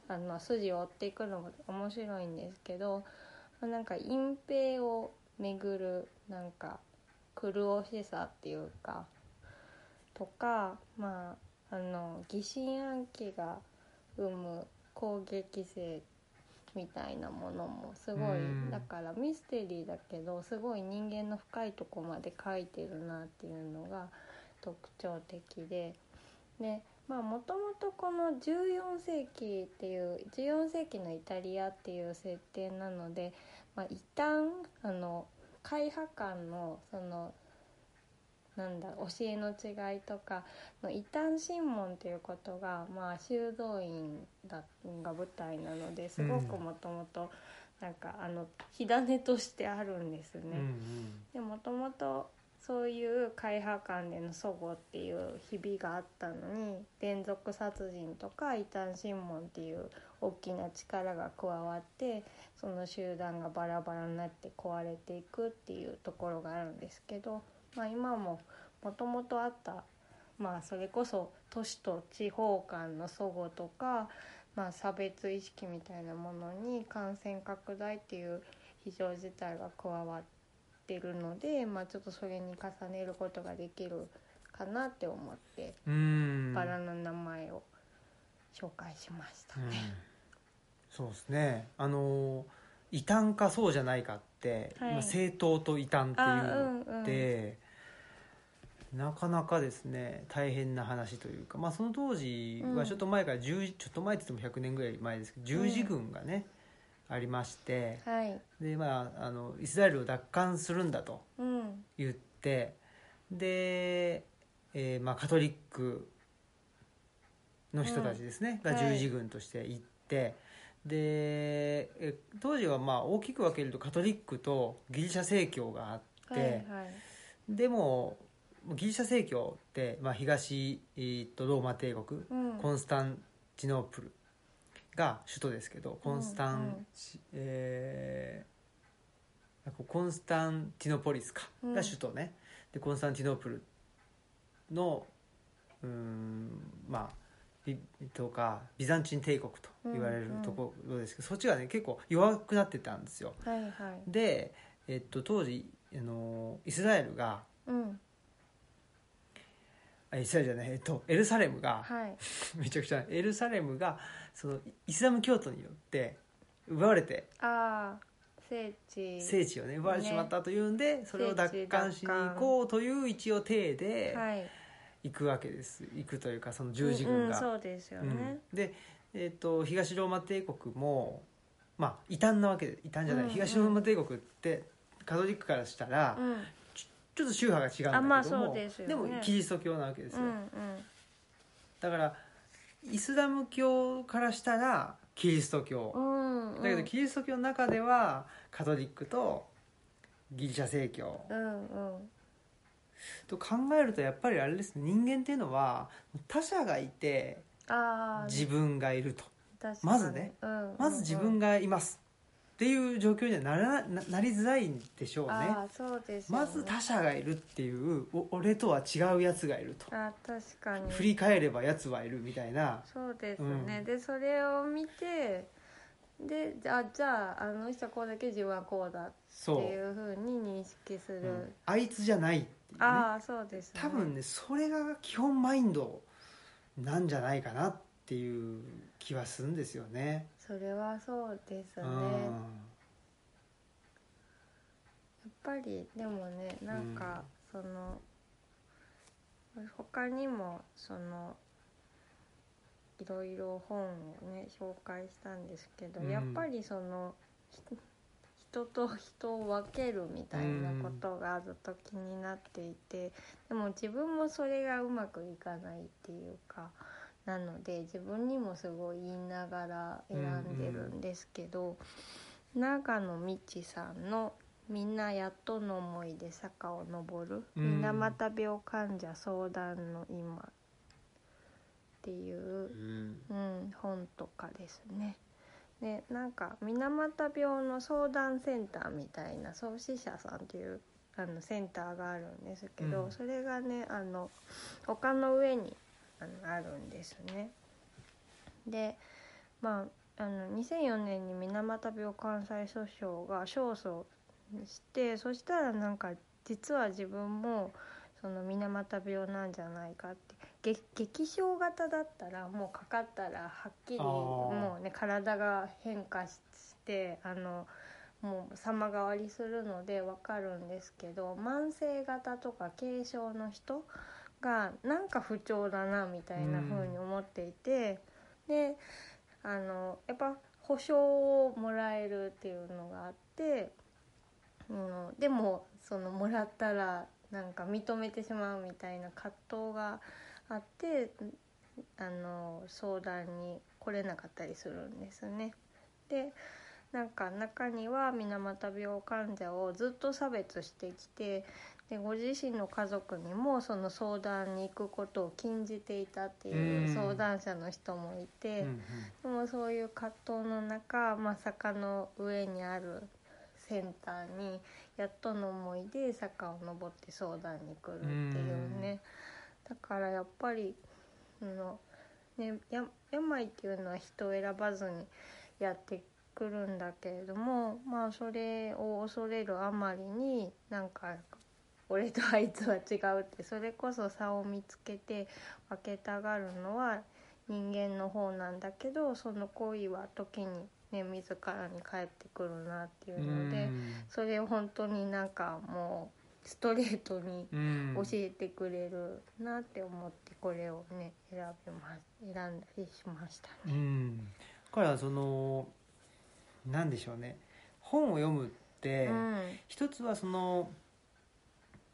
B: あの筋を追っていくのも面白いんですけど、まあなんか隠蔽をめぐるなんか狂しさっていうかとか、まあ、あの疑心暗鬼が生む攻撃性みたいなものもすごい
A: うん
B: だからミステリーだけどすごい人間の深いとこまで書いてるなっていうのが特徴的で。でまあもともとこの14世紀っていう14世紀のイタリアっていう設定なので、まあ、一旦あの会派間のそのなんだ教えの違いとかの異端審問ということが、まあ、修道院だが舞台なのですごく
A: うん
B: もともとなんかあの火種としてあるんですね。
A: うんうん
B: でもともとそういう会派間での齟齬っていう日々があったのに連続殺人とか異端審問っていう大きな力が加わってその集団がバラバラになって壊れていくっていうところがあるんですけど、まあ、今ももともとあった、まあ、それこそ都市と地方間の齟齬とか、まあ、差別意識みたいなものに感染拡大っていう非常事態が加わって。ってるので、まあ、ちょっとそれに重ねることができるかなって思って、
A: うん
B: バラの名前を紹介しました
A: うん
B: ね。
A: そうですねあの異端かそうじゃないかって、
B: はい
A: 今正当と異端って
B: あ
A: いうの
B: うんうん
A: で、なかなかですね大変な話というか、まあ、その当時はちょっと前から10、ちょっと前って言っても100年ぐらい前ですけど十字軍がね、ありまして
B: はい
A: で、まあ、あのイスラエルを奪還するんだと
B: うん
A: 言ってで、えーまあ、カトリックの人たちですね、
B: うん
A: が
B: は
A: 十
B: い
A: 字軍として行って、でえ当時はまあ大きく分けるとカトリックとギリシャ正教があって。
B: はいはい
A: でもギリシャ正教って、まあ、東、えーっとローマ帝国、
B: うん
A: コンスタンチノープルが首都ですけどコンスタン、
B: うんうん
A: ちえーコンスタンティノポリスか
B: うん
A: が首都ね、でコンスタンティノープルのうーんまあビとかビザンチン帝国と言われる
B: うんうん
A: ところですけど、そっちがね結構弱くなってたんですよ。
B: はいはい
A: で、えっと、当時あのイスラエルが
B: うん
A: あイスラエルじゃない、えっと、エルサレムが、
B: はい
A: めちゃくちゃエルサレムがそのイスラム教徒によって奪われて
B: ああ聖地
A: 聖地をね奪われてしまったというんで、それを奪還しに行こうという一応体で
B: はい
A: 行くわけです行くというかその十字軍
B: うんうん、
A: が。
B: そうですよ
A: うん
B: ね、
A: で、えっと東ローマ帝国もまあ異端なわけで異端じゃない、
B: うんうん
A: 東ローマ帝国ってカトリックからしたら、
B: うん、うん
A: ちょっと宗派が違うんだけども、
B: あまあそうですよね
A: もキリスト教なわけです
B: う
A: よ。
B: ん
A: だからイスラム教からしたらキリスト
B: う
A: 教
B: んう
A: だ
B: ん
A: けどキリスト教の中ではカトリックとギリシャ正教
B: うんうん
A: と考えるとやっぱりあれですね人間っていうのは他者がいて
B: ああ
A: 自分がいると
B: 確かに
A: まずね、
B: うんうん、
A: まず自分
B: が
A: がいますっていう状況にはならななりづらいんでしょうね
B: ああそうですよね
A: まず他者がいるっていうお俺とは違うやつがいると
B: あ確かに
A: 振り返ればやつはいるみたいな
B: そうですね、
A: うん
B: でそれを見てでじゃあじゃああの人はこうだけど自分はこうだって
A: そう
B: いうふうに認識する、
A: うんあいつじゃないっていうね
B: ああそうですね
A: 多分ねそれが基本マインドなんじゃないかなっていう気はするんですよね。
B: それはそうですね、
A: う
B: やっ
A: ん
B: ぱりでもねなんか、その他にもそのいろいろ本をね紹介したんですけど、
A: うん
B: やっぱりそのひ人と人を分けるみたいなことがずっと気になっていて、でも自分もそれがうまくいかないっていうかなので自分にもすごい言いながら選んでるんですけど、長野みちさんの「みんなやっとの思いで坂を登る」
A: うん
B: みんなまた病患者相談の今」っていう、うん、本とかですね。でなんか水俣病の相談センターみたいな創始者さんっていうあのセンターがあるんですけど、
A: うん
B: それがねあの丘の上にあのあるんですね。でまああの2004年に水俣病関西訴訟が勝訴してそしたらなんか実は自分もその水俣病なんじゃないかってげ劇症型だったらもうかかったらはっきり
A: あー
B: もうね体が変化ししてあのもう様変わりするのでわかるんですけど慢性型とか軽症の人がなんか不調だなみたいな風に思っていて、であのやっぱ保証をもらえるっていうのがあって、うん、でもそのもらったらなんか認めてしまうみたいな葛藤があってあの相談に来れなかったりするんですね。でなんか中には水俣病患者をずっと差別してきてでご自身の家族にもその相談に行くことを禁じていたっていう
A: うん
B: 相談者の人もいて、
A: うん
B: でもそういう葛藤の中、まあ、坂の上にあるセンターにやっとの思いで坂を登って相談に来るっていうねだからやっぱりあの、ね、や病っていうのは人を選ばずにやってくるんだけれどもまあそれを恐れるあまりになんか俺とあいつは違うってそれこそ差を見つけて分けたがるのは人間の方なんだけどその行為は時にね自らに返ってくるなっていう
A: うんう
B: ので、
A: ん
B: それを本当になんかもうストレートに
A: うん
B: 教えてくれるなって思ってこれをね選びます選んだりしましたね。
A: うん、だからそのなんでしょうね本を読むって、
B: うん
A: 一つはその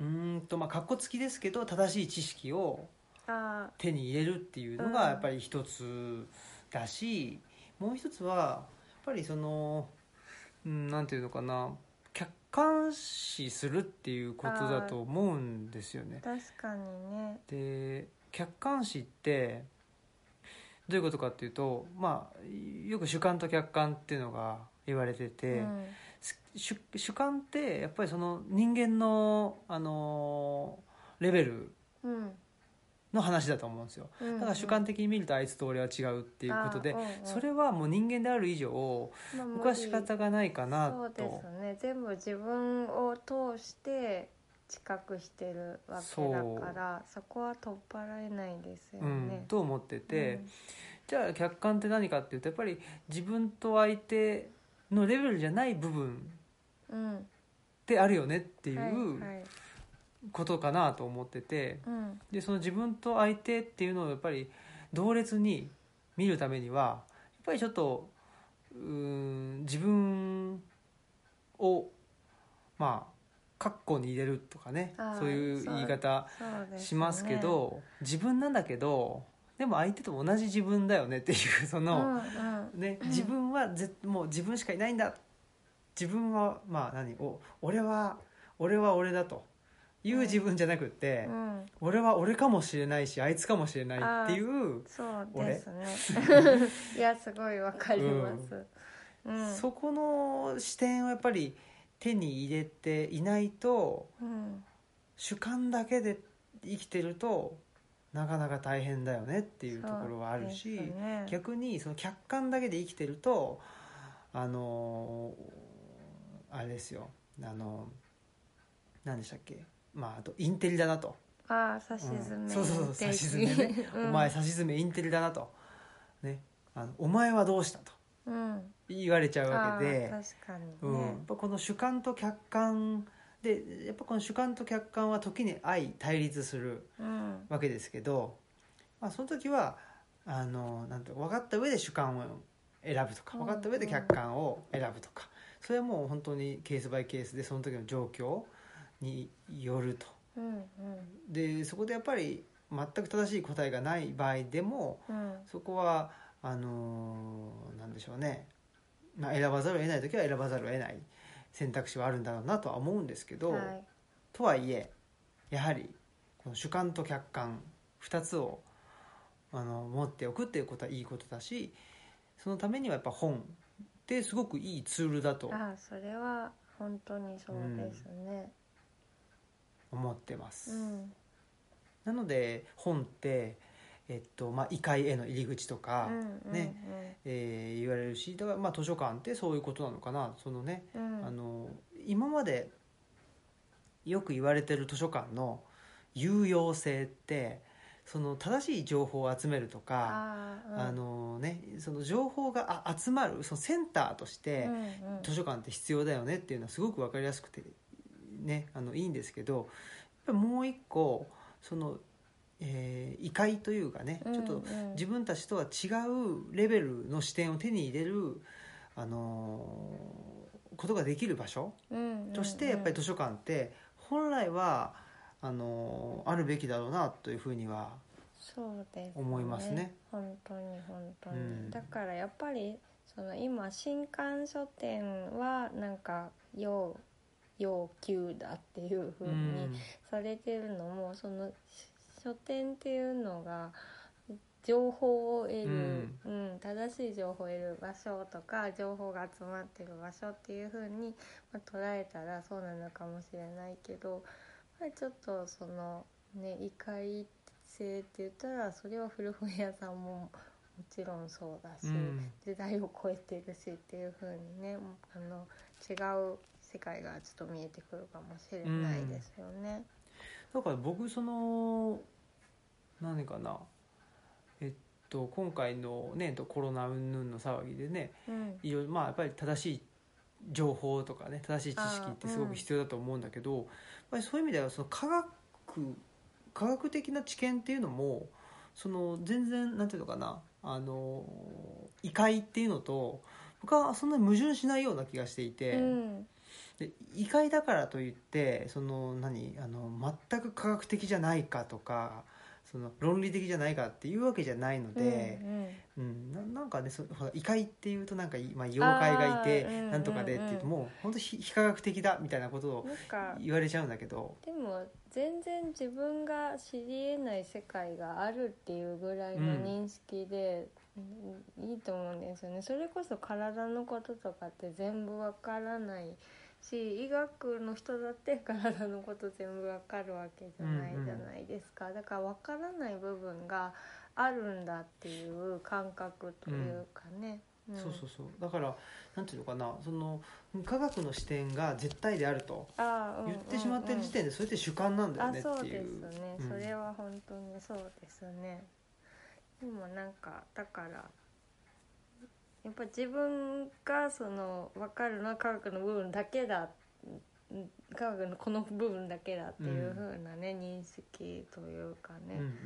A: うーんとまあかっこつきですけど正しい知識を
B: あ
A: 手に入れるっていうの
B: う
A: が
B: ん
A: やっぱり一つだし、もう一つはやっぱりその、うん、なんていうのかな客観視するっていうことだと思うんですよね
B: ー。確かにね。
A: で客観視ってどういうことかっていうと、まあ、よく主観と客観っていうのが言われてて、
B: うん
A: す主主観ってやっぱりその人間の、あのーレベル
B: うん
A: の話だと思うんですよ
B: うん、
A: だから主観的に見るとあいつと俺は違うっていうことで、
B: あーうんうん
A: それはもう人間である以上
B: まあ
A: 僕は仕方がないかな
B: そうで
A: と
B: すね全部自分を通して知覚してるわけだからそこは取っ払えないですよ
A: う
B: ね。
A: ん、と思ってて、じゃあ客観って何かっていうとやっぱり自分と相手のレベルじゃない部分
B: うん、うん
A: ってあるよねってい
B: は
A: う
B: いはい
A: ことかなと思ってて
B: うん
A: でその自分と相手っていうのをやっぱり同列に見るためにはやっぱりちょっとうーん自分をまあ括弧に入れるとかね
B: あー
A: そういう言い方
B: そうですね
A: しますけ、ど自分なんだけどでも相手と同じ自分だよねっていう そ
B: うんう
A: の。
B: ん、
A: ね、自分はぜもう自分しかいないんだ自分はまあ何お俺は俺は俺だという自分じゃなくって、
B: うん、
A: 俺は俺かもしれないしあいつかもしれないっていう、
B: そうですね いやすごいわかります、うんうん、
A: そこの視点をやっぱり手に入れていないと
B: うん
A: 主観だけで生きてるとなかなか大変だよねっていうところはあるし、
B: そうですね
A: 逆にその客観だけで生きてるとあのーあれですよあのー何でしたっけまああとインテリだなと、
B: ああ差し
A: うん
B: 詰め、
A: そうそうそう
B: 定
A: 指
B: 期、
A: し詰めね
B: うん
A: お前指し詰めインテリだなとねあのお前はどうしたと
B: うん
A: 言われちゃうわけで
B: ああ確かにね、
A: うん、やっぱこの主観と客観でやっぱこの主観と客観は時に相対立する
B: うん
A: わけですけど、まあ、その時はあのなんて分かった上で主観を選ぶとか
B: うん
A: 分かった上で客観を選ぶとか、それはもう本当にケースバイケースでその時の状況によると。
B: うん
A: でそこでやっぱり全く正しい答えがない場合でも
B: うんうん
A: そこはあのなんでしょうね、まあ、選ばざるを得ない時は選ばざるを得ない選択肢はあるんだろうなとは思うんですけど。
B: はい
A: とはいえやはりこの主観と客観2つをあの持っておくっていうことはいいことだしそのためにはやっぱ本ってすごくいいツールだと
B: ああそれは本当にそうですね
A: 思ってます、
B: うん
A: なので本って、えっとまあ、異界への入り口とか、
B: うんうん
A: ねえー言われるしだからまあ図書館ってそういうことなのかなそのね
B: うん
A: あの今までよく言われてる図書館の有用性ってその正しい情報を集めるとか
B: あ
A: あ、
B: あうん
A: のね、その情報があ集まるそのセンターとして
B: うんうん
A: 図書館って必要だよねっていうのはすごく分かりやすくて、ね、あのいいんですけどやっぱりもう一個その、えー異界というかねちょっと
B: うんうん
A: 自分たちとは違うレベルの視点を手に入れる、あのーことができる場所
B: うんうん
A: としてやっぱり図書館って本来はあのーあるべきだろうなというふうには
B: そうです
A: 思いますね
B: 本当に本当に、
A: うん
B: だからやっぱりその今新刊書店はなんか要要求だっていうふ
A: う
B: うに、
A: ん
B: されてるのもそのし書店っていうのが情報を得る、
A: うん
B: うん正しい情報を得る場所とか情報が集まってる場所っていう風に、まあ、捉えたらそうなのかもしれないけど、まあ、ちょっとそのね異界性って言ったらそれは古本屋さんももちろんそうだし、
A: うん
B: 時代を超えてるしっていう風にねあの違う世界がちょっと見えてくるかもしれないですよね。
A: だから僕その何かなえっと今回のねコロナ云々の騒ぎでね
B: うん
A: いろいろまあやっぱり正しい情報とかね正しい知識ってすごく必要だと思うんだけど、やっぱりそういう意味ではその科学科学的な知見っていうのもその全然なんていうのかなあの異解っていうのと僕はそんなに矛盾しないような気がしていて、
B: うん
A: で異解だからといってその何あの全く科学的じゃないかとかその論理的じゃないかっていうわけじゃないので。
B: うんうん
A: うん、ななんかねそほら異界っていうとなんか、まあ、妖怪がいて
B: あーうんうんうん
A: なんとかでっていうともう本当非非科学的だみたいなことを
B: なんか
A: 言われちゃうんだけど
B: でも全然自分が知りえない世界があるっていうぐらいの認識で、うんいいと思うんですよねそれこそ体のこととかって全部わからないし医学の人だって 体のこと全部わかるわけじゃない
A: うんうん
B: じゃないですか、だからわからない部分があるんだっていう感覚というかね、ん
A: そうそうそうだからなんていうのかなその科学の視点が絶対であると
B: ああうん
A: 言ってしまってる時点でそれって主観なんだよ
B: あ
A: ね
B: そ
A: っ
B: う
A: て
B: で
A: い
B: す
A: う。
B: ね、
A: うん
B: それは本当にそうですねでもなんかだからやっぱ自分がその分かるのは科学の部分だけだうん科学のこの部分だけだっていう風なね、認識というか
A: うんうん
B: ね、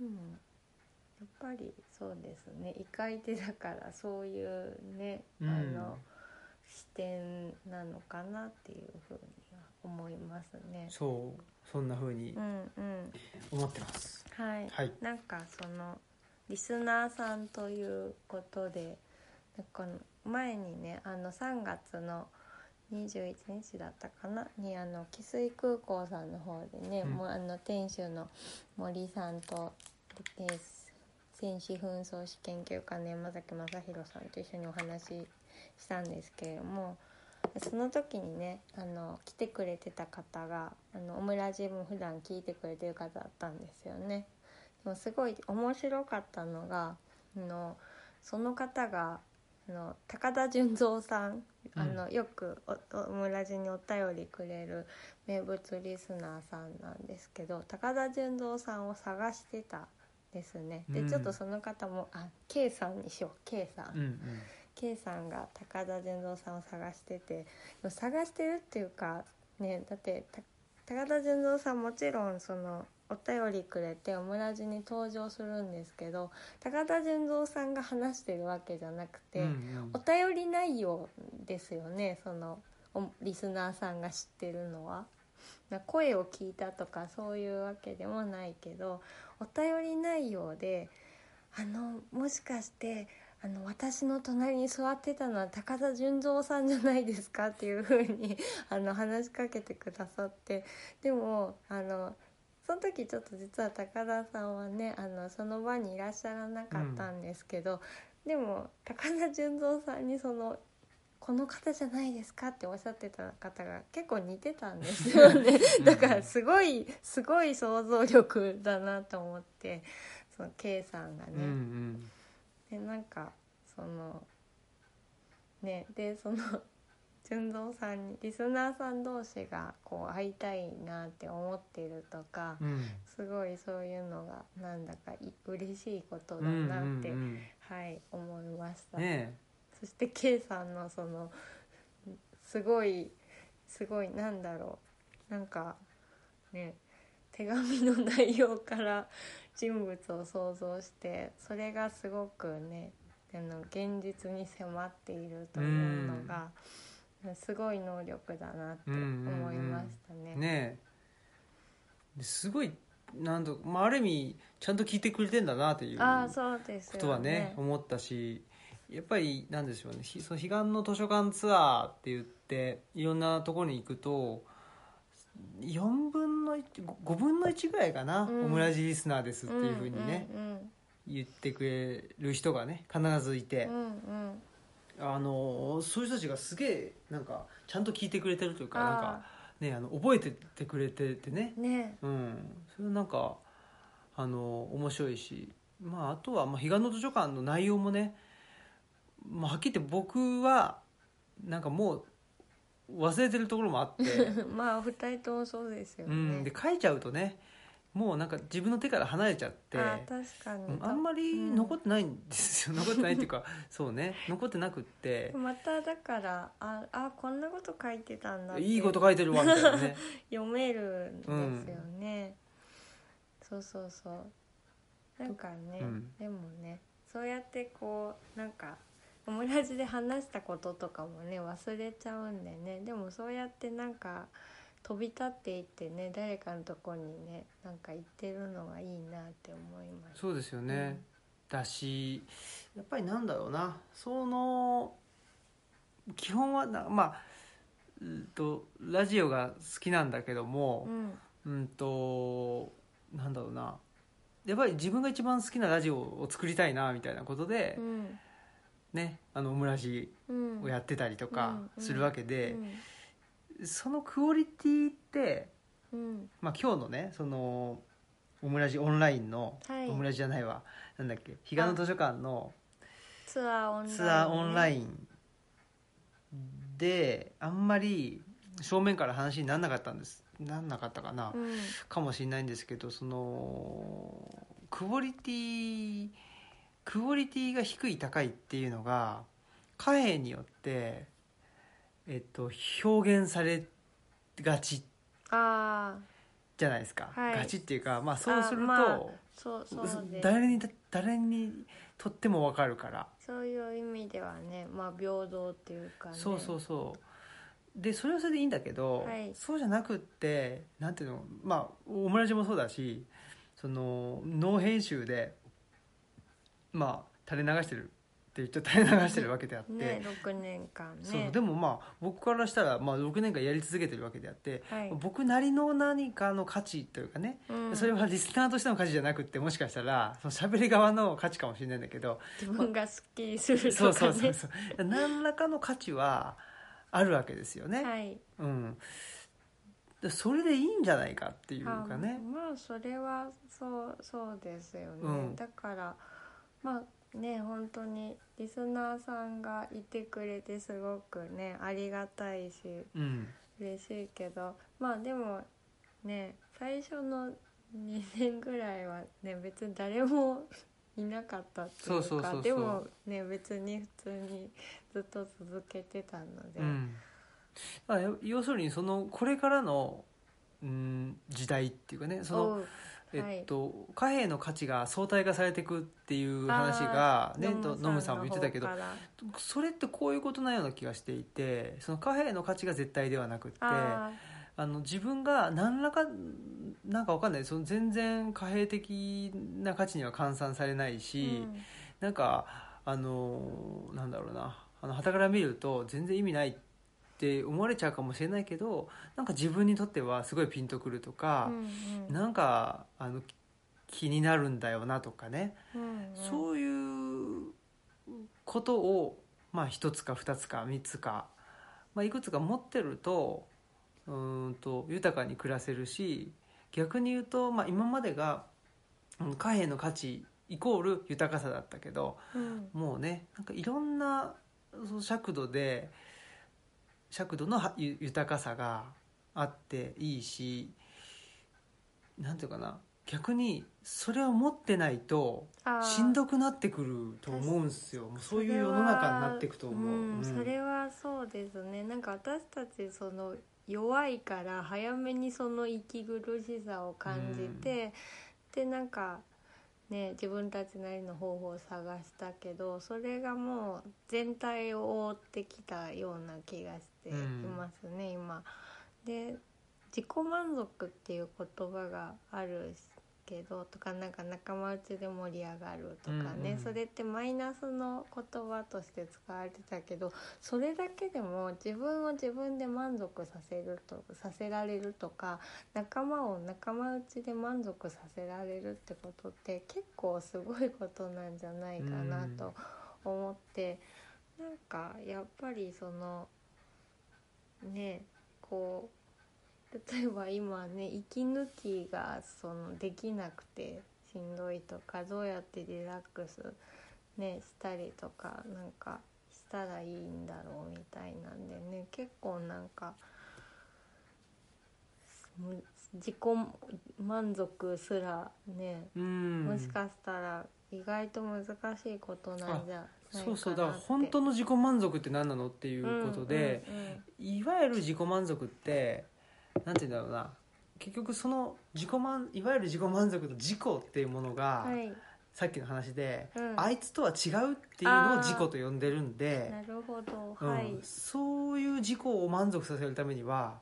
B: うんやっぱりそうですね異界ってだからそういうね、
A: うん
B: あの視点なのかなっていう風には思います
A: う
B: ね
A: ん、。そうそんな風に
B: うんうん
A: 思ってます、
B: はい、
A: はい
B: なんかそのリスナーさんということでなんかこの前にねあの3月の21日だったかなにあの汽水空港さんの方でね、
A: うん
B: もうあの店主の森さんとで戦士紛争史研究家の山崎正弘さんと一緒にお話ししたんですけれどもその時にねあの来てくれてた方があのオムラジも普段聞いてくれてる方だったんですよね。でもすごい面白かったのがあのその方があの高田純三さんあの、よくおおオムラジにお便りくれる名物リスナーさんなんですけど高田純三さんを探してたですね。で、
A: うん
B: ちょっとその方もあ K さんにしよう K さん。
A: うんうん
B: K さんが高田純三さんを探しててでも探してるっていうかねだってた高田純三さんもちろんそのお便りくれてオムラジに登場するんですけど高田純三さんが話してるわけじゃなくて、
A: うんうん
B: お便り内容ですよねそのおリスナーさんが知ってるのは。な声を聞いたとかそういうわけでもないけどお便り内容であのもしかしてあの私の隣に座ってたのは高田純三さんじゃないですかっていうふうにあの話しかけてくださってでもあのその時ちょっと実は高田さんはねあのその場にいらっしゃらなかったんですけど、でも高田純三さんにそのこの方じゃないですかっておっしゃってた方が結構似てたんですよねだからすごいすごい想像力だなと思ってその K さんがね、
A: うんうん
B: でなんかそのねでその 純三さんにリスナーさん同士がこう会いたいなって思ってるとか
A: うん
B: すごいそういうのがなんだかい嬉しいことだ
A: うんうん
B: なって、
A: うん
B: はい思いました。
A: ね
B: そして K さんのそのすごいすごいなんだろうなんかね手紙の内容から人物を想像してそれがすごくねあの現実に迫っているというのがすごい能力だなって思いまし
A: え
B: たね。
A: ねえですごいなんと、まあ、ある意味ちゃんと聞いてくれてんだなという
B: ああ
A: こ
B: そうです
A: とは
B: よ
A: ね
B: ね。
A: 思ったしやっぱりなんでしょうねひその彼岸の図書館ツアーって言っていろんなところに行くと4分の15分の1ぐらいかな、
B: うん
A: オムラジリスナーですっていうふうにね、
B: うん
A: 言ってくれる人がね必ずいて
B: うん、うんうん
A: あのそういう人たちがすげえなんかちゃんと聞いてくれてるというか
B: あー
A: なんか、ね、あの覚えててくれててね
B: ね
A: うん、それなんかあの面白いし、まあ、あとは、まあ、彼岸の図書館の内容もね、まあ、はっきり言って僕はなんかも う忘れてるところもあって、
B: まあお二人ともそうですよ
A: う
B: ね。
A: ん、で書いちゃうとねもうなんか自分の手から離れちゃって
B: あ確かに、
A: うんあんまり残ってないんですよ、残ってないっていうかそうね残ってなく って
B: まただからああこんなこと書いてたんだって
A: いいこと書いてるわみたいなね
B: 読めるんですよね、そうそうそうなんかね、
A: うん
B: でもねそうやってこうなんかオムラジで話したこととかもね忘れちゃうんでねでもそうやってなんか飛び立っていってね誰かのとこにねなんか行ってるのがいいなって思います
A: そうですよね、だしやっぱりなんだろうなその基本はなまあうんとラジオが好きなんだけども
B: うん
A: うんとなんだろうなやっぱり自分が一番好きなラジオを作りたいなみたいなことで、
B: うん
A: ねあのオムラジ
B: うん
A: をやってたりとか
B: うん
A: するわけで、
B: うん
A: そのクオリティって、
B: うん
A: まあ、今日のねそのオムラジオンラインの、
B: はい
A: オムラジじゃないわなんだっけ彼岸の図書館の
B: ツアーオンライン、ね、
A: ツアーオンラインであんまり正面から話にならなかったんですなんなかったかな、
B: うん
A: かもしれないんですけどそのクオリティクオリティが低い高いっていうのが貨幣によって、えっと、表現されがち
B: ああ
A: じゃないですか、
B: はい
A: ガチっていうか、まあ、そうすると、
B: まあそうそうです
A: 誰に誰にとっても分かるから、
B: そういう意味ではねまあ平等っていうかね
A: そうそうそうでそれはそれでいいんだけど、
B: はい
A: そうじゃなくってなんていうのまあオムラジもそうだしそのノー編集でまあ垂れ流してるって言っちゃ垂れ流してるわけであって、
B: ね6年間ね
A: そうでもまあ僕からしたら、まあ、6年間やり続けてるわけであって、
B: はい
A: 僕なりの何かの価値というかね、
B: うん
A: それはリスナーとしての価値じゃなくってもしかしたらその喋り側の価値かもしれないんだけ ど
B: 自分がすっきりする
A: そ
B: と
A: うそ
B: か
A: うそう
B: ね
A: そう何らかの価値はあるわけですよね、
B: はい
A: うん、でそれでいいんじゃないかっていう
B: あ
A: かね
B: まあそれはそうそうですよね、
A: うん
B: だからまあね本当にリスナーさんがいてくれてすごくねありがたいし
A: うん
B: 嬉しいけどまあでもね最初の2年ぐらいはね別に誰もいなかったっていう
A: そ
B: か
A: うそうそうそう
B: でもね別に普通にずっと続けてたので、
A: うんだから要するにそのこれからの、うん、時代っていうかねその、
B: おうはい
A: えっと、貨幣の価値が相対化されていくっていう話がねとノムさんも言ってたけど
B: ノムさんの方から
A: それってこういうことなような気がしていてその貨幣の価値が絶対ではなくって
B: あ
A: あの自分が何らかなんかわかんないその全然貨幣的な価値には換算されない
B: ー、
A: し、なんかあのなんだろうなあの傍から見ると全然意味ないって思われちゃうかもしれないけどなんか自分にとってはすごいピンとくると
B: う
A: か
B: ん、うん
A: なんかあのき気になるんだよなとかね、
B: うんうん
A: そういうことをまあ1つか2つか3つか、まあ、いくつか持ってるとうーんと豊かに暮らせるし逆に言うと、まあ、今までがうん貨幣の価値イコール豊かさだったけど
B: うん
A: もうねなんかいろんなその尺度で尺度のはゆ豊かさがあっていいしなんていうかな逆にそれを持ってないと
B: あー
A: しんどくなってくると思うんですよもうそういう世の中になっていくと思う。うん
B: それはそうですねなんか私たちその弱いから早めにその息苦しさを感じて、でなんかね自分たちなりの方法を探したけどそれがもう全体を覆ってきたような気がしていますね、今。で自己満足っていう言葉があるけどとかなんか仲間内で盛り上がるとかね、
A: うんうん
B: それってマイナスの言葉として使われてたけどそれだけでも自分を自分で満足させるとさせられるとか仲間を仲間内で満足させられるってことって結構すごいことなんじゃないかなと思って、なんかやっぱりそのねこう例えば今ね息抜きがそのできなくてしんどいとかどうやってリラックス、ね、したりとかなんかしたらいいんだろうみたいなんでね結構なんかもう自己満足すらね、
A: うん
B: もしかしたら意外と難しいことなんじゃないかなって
A: そうそうだから本当の自己満足って何なのっていうことで、、
B: うんうんうん
A: いわゆる自己満足ってなんて言うんだろうな結局その自己満いわゆる自己満足と自己っていうものが、
B: はい、
A: さっきの話で、
B: うん
A: あいつとは違うっていうのを自己と呼んでるんで
B: な、るほど、
A: うん
B: はい
A: そういう自己を満足させるためには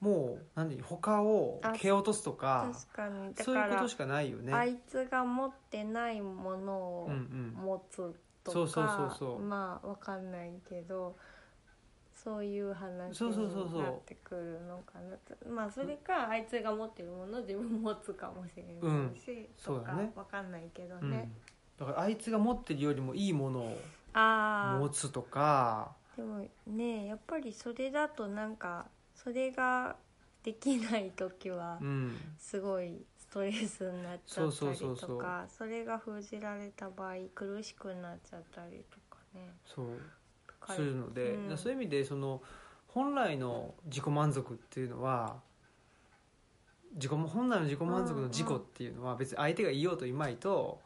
A: もう何他を蹴落とすとか
B: 確かにだ
A: そう
B: か
A: いうこ
B: ら
A: としかないよね。
B: あいつが持ってないものを
A: うんうん
B: 持つとか、
A: そうそうそうそう
B: まあわかんないけどそういう話
A: そうそうそうそう
B: になってくるのかなまあそれかあいつが持ってるものを自分持つかもしれないし、
A: そう
B: と
A: だ
B: か
A: ね
B: わかんないけど
A: うん
B: ね、
A: だからあいつが持ってるよりもいいものを
B: あ
A: 持
B: あ
A: つとか
B: でもねやっぱりそれだとなんかそれができない時は
A: うん
B: すごいストレスになっちゃ
A: そ
B: っ
A: う
B: た
A: そ
B: り
A: う
B: とかそ
A: そうそう
B: れが封じられた場合苦しくなっちゃったりとかね
A: そう
B: 彼
A: するので、
B: うん
A: だからそういう意味でその本来の自己満足っていうのは自己本来の自己満足の自己っていうのは別に相手がいようといまいと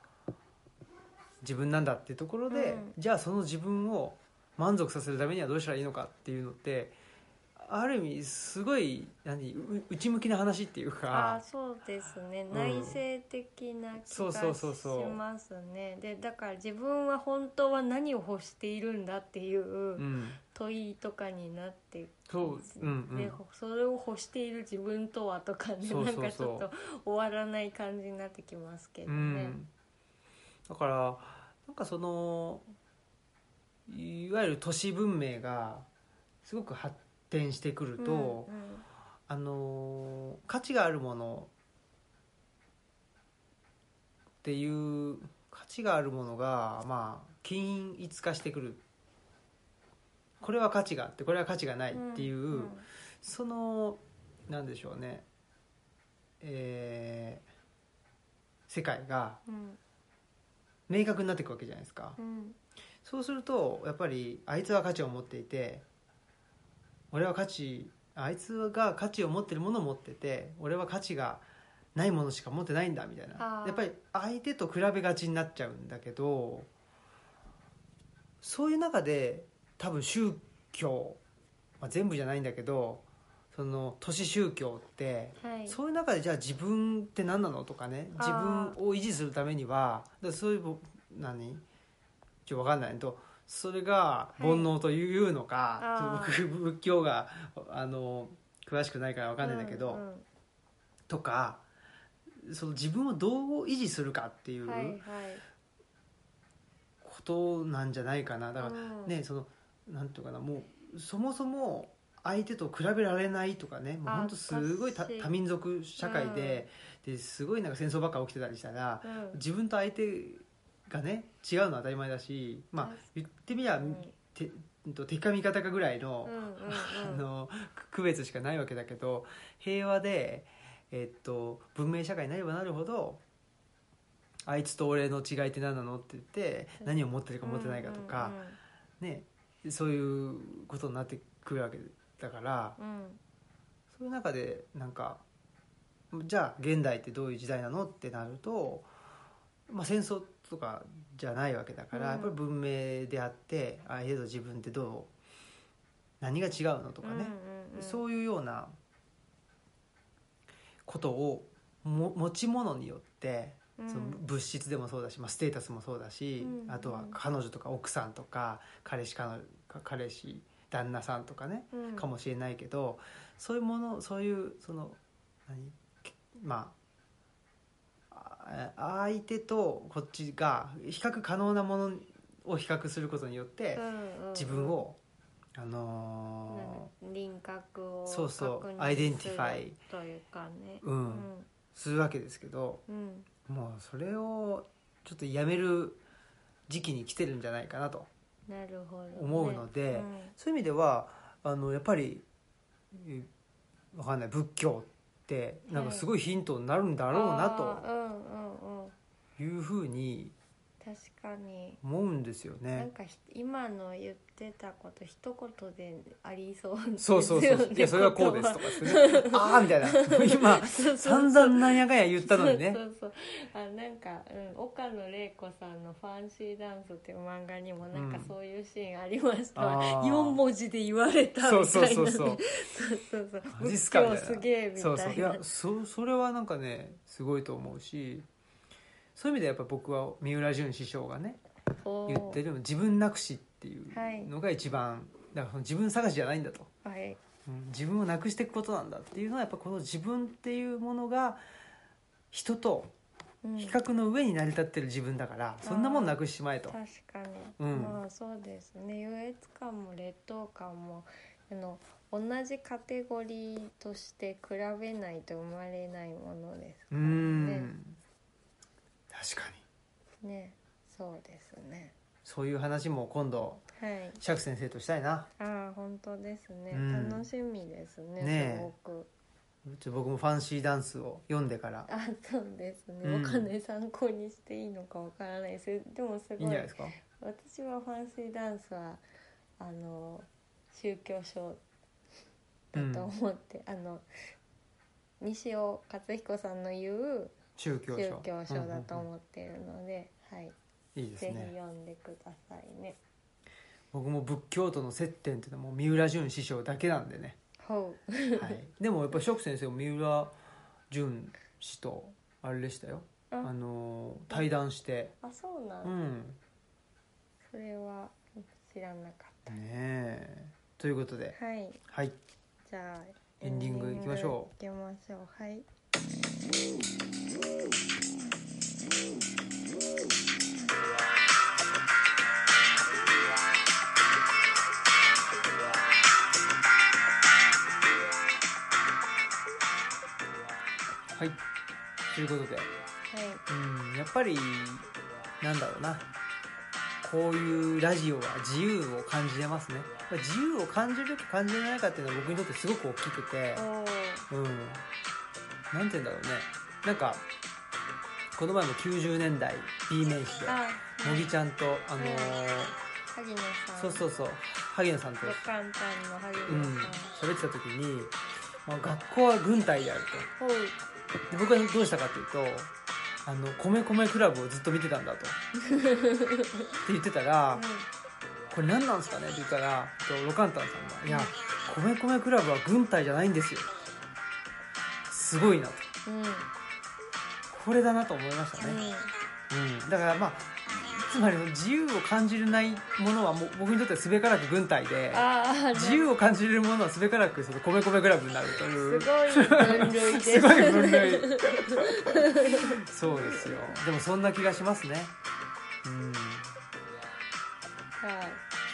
A: 自分なんだっていうところで、
B: うん
A: じゃあその自分を満足させるためにはどうしたらいいのかっていうのってある意味すごい何う内向きな話っていう
B: あ
A: か
B: あそうですね、
A: ん
B: 内省的な気
A: そう
B: が
A: そうそうそう
B: しますねでだから自分は本当は何を欲しているんだっていう
A: うん
B: 問いとかになって
A: そううんうん
B: でそれを欲している自分とはとかね
A: そうそうそう
B: なんかちょっと終わらない感じになってきますけど
A: う
B: ね、
A: ん、だからなんかそのいわゆる都市文明がすごく発展してくると、
B: うん
A: あの価値があるものっていう価値があるものがまあ均一化してくるこれは価値があってこれは価値がない
B: う
A: っ
B: ん
A: ていう、
B: うん
A: そのなんでしょうねえー世界が
B: うん
A: 明確になっていくわけじゃないですか、
B: うん
A: そうするとやっぱりあいつは価値を持っていて俺は価値あいつが価値を持ってるものを持ってて俺は価値がないものしか持ってないんだみたいな
B: あー
A: やっぱり相手と比べがちになっちゃうんだけどそういう中で多分宗教、まあ、全部じゃないんだけどその都市宗教って
B: はい
A: そういう中でじゃあ自分って何なのとかね
B: あ
A: 自分
B: ー
A: を維持するためにはだからそういうぼ何ちょっと分かんないとそれが
B: い
A: 煩悩というのか、
B: あー
A: ちょっと僕仏教があの詳しくないから分かんないんだけど、
B: うんうん
A: とかその自分をどう維持するかっていう
B: はいはい
A: ことなんじゃないかなだから
B: うん
A: ねそのなんていうかなもうそもそも相手と比べられないとかねもう
B: あ
A: 本当すごいた
B: 確かに
A: 多民族社会で,、ですごいなんか戦争ばっか起きてたりしたら
B: うん
A: 自分と相手がね違うのは当たり前だしまあ
B: 確か
A: 言ってみりゃ、
B: うん
A: てうんと敵か味方かぐらいの,、
B: うんうんうん
A: あのく区別しかないわけだけど平和で、えっと、文明社会になればなるほどあいつと俺の違いって何なのって言って何を持ってるか持ってないかとか。ね、そういうことになってくるわけだから
B: うんうんうんうん
A: そういう中でなんかじゃあ現代ってどういう時代なのってなると、まあ、戦争とかじゃないわけだから、
B: うん
A: やっぱり文明であって相手と自分ってどう何が違うのとかね、
B: うんうんうん
A: そういうようなことをも持ち物によって
B: うん
A: その物質でもそうだし、まあ、ステータスもそうだし、
B: うん
A: あとは彼女とか奥さんとか彼氏彼女か彼氏旦那さんとかね、
B: うん
A: かもしれないけどそういうものそういうその何きまああ相手とこっちが比較可能なものを比較することによって
B: うんうん
A: 自分を、あの
B: うん輪郭を
A: そうそう
B: 確認
A: アイデンティファイ
B: するというかね
A: うんーするわけですけど
B: うんうん
A: もうそれをちょっとやめる時期に来てるんじゃないかなと。
B: なるほどね
A: 思うので
B: うん
A: そういう意味ではあのやっぱりえわかんない仏教ってなんかすごいヒントになるんだろうな
B: あーうんうんうん
A: というふうに
B: 確かに
A: 思うんですよ
B: なん
A: ね
B: かひ今の言ってたこと一言でありそうです
A: そうそうそう、
B: ね
A: いやそれはこうですとかですね ああみたいな今
B: そうそう
A: 散々なんやかんや言ったのにね
B: そうそうあなんか、うん、岡野玲子さんの「ファンシーダンス」っていう漫画にもなんか
A: うん
B: そういうシーンありました
A: あー
B: 四4文字で言われたみたいな、
A: そ
B: ね、
A: うそうそうそう
B: そうそうそう
A: マジっすかみたい
B: 仏
A: な
B: 教すげえみたいな
A: そうそういやそそれはなんかねすごいと思うしそういう意味でやっぱ僕は三浦淳師匠がね
B: おー
A: 言ってるの自分なくしっていうのが一番、だからその自分探しじゃないんだと、
B: はい
A: うん自分をなくしていくことなんだっていうのはやっぱこの自分っていうものが人と
B: うん
A: 比較の上に成り立ってる自分だから、そんなもんなくしちまえと
B: 確かに、
A: うん
B: まあそうですね優越感も劣等感もあの同じカテゴリーとして比べないと生まれないものです
A: う
B: から
A: ん、
B: ね
A: 確かに
B: ねそうですね
A: そういう話も今度
B: はい
A: 釈先生としたいな
B: ああ本当ですね、
A: うん
B: 楽しみです
A: ね
B: ね
A: え
B: すごく
A: ちょ僕も「ファンシーダンス」を読んでから
B: あそうですね、
A: うん
B: お金参考にしていいのかわからないですでもす
A: いいんじ
B: ごい
A: ゃないですか
B: 私はファンシーダンスはあの宗教書だと思って、あの西尾克彦さんの言う
A: 宗教書
B: 宗教書だと
A: うんうん
B: 思ってるので、はい、
A: うんいいです
B: ぜひ
A: ね
B: 読んでくださいね。
A: 僕も仏教との接点っていうのはもう三浦淳師匠だけなんでね、
B: ほう
A: はい、でもやっぱ釈先生も三浦淳師とあれでしたよ
B: あ
A: あのー対談して
B: あそうなん、
A: うん
B: それは知らなかった。
A: ねえということで
B: はい
A: はい
B: じゃあ
A: エンディングいきましょ
B: う。いきましょう。はい。
A: はいということで
B: はい。
A: うんやっぱりなんだろうなこういうラジオは自由を感じれますねまあ自由を感じるか感じれないかっていうのは僕にとってすごく大きくて
B: おお。
A: うんなんて言うんだろうねなんかこの前も90年代 B 面誌で
B: あ、
A: 乃木ちゃんとあのー
B: 萩野さん。
A: そうそうそう萩野さんと
B: 旅館ンタンの萩
A: うん
B: 野さん。
A: 喋ってた時に、まあ、学校は軍隊であると。
B: ほう。
A: で僕はどうしたかっていうとあの米米クラブをずっと見てたんだとって言ってたら
B: う
A: 「これ何なんですかね?」って言ったらえっとロカンタンさんが「いや米米クラブは軍隊じゃないんですよ」すごいなと
B: ん。うん。うん。
A: これだなと思いましたね、うん、だからまあつまり自由を感じれないものはもう僕にとってはすべからく軍隊で
B: ああ。
A: 自由を感じれるものはすべからくその米米クラブになるとい
B: す
A: う
B: ごい分類です。
A: すごい分類そうですよでもそんな気がしますねうん
B: はい。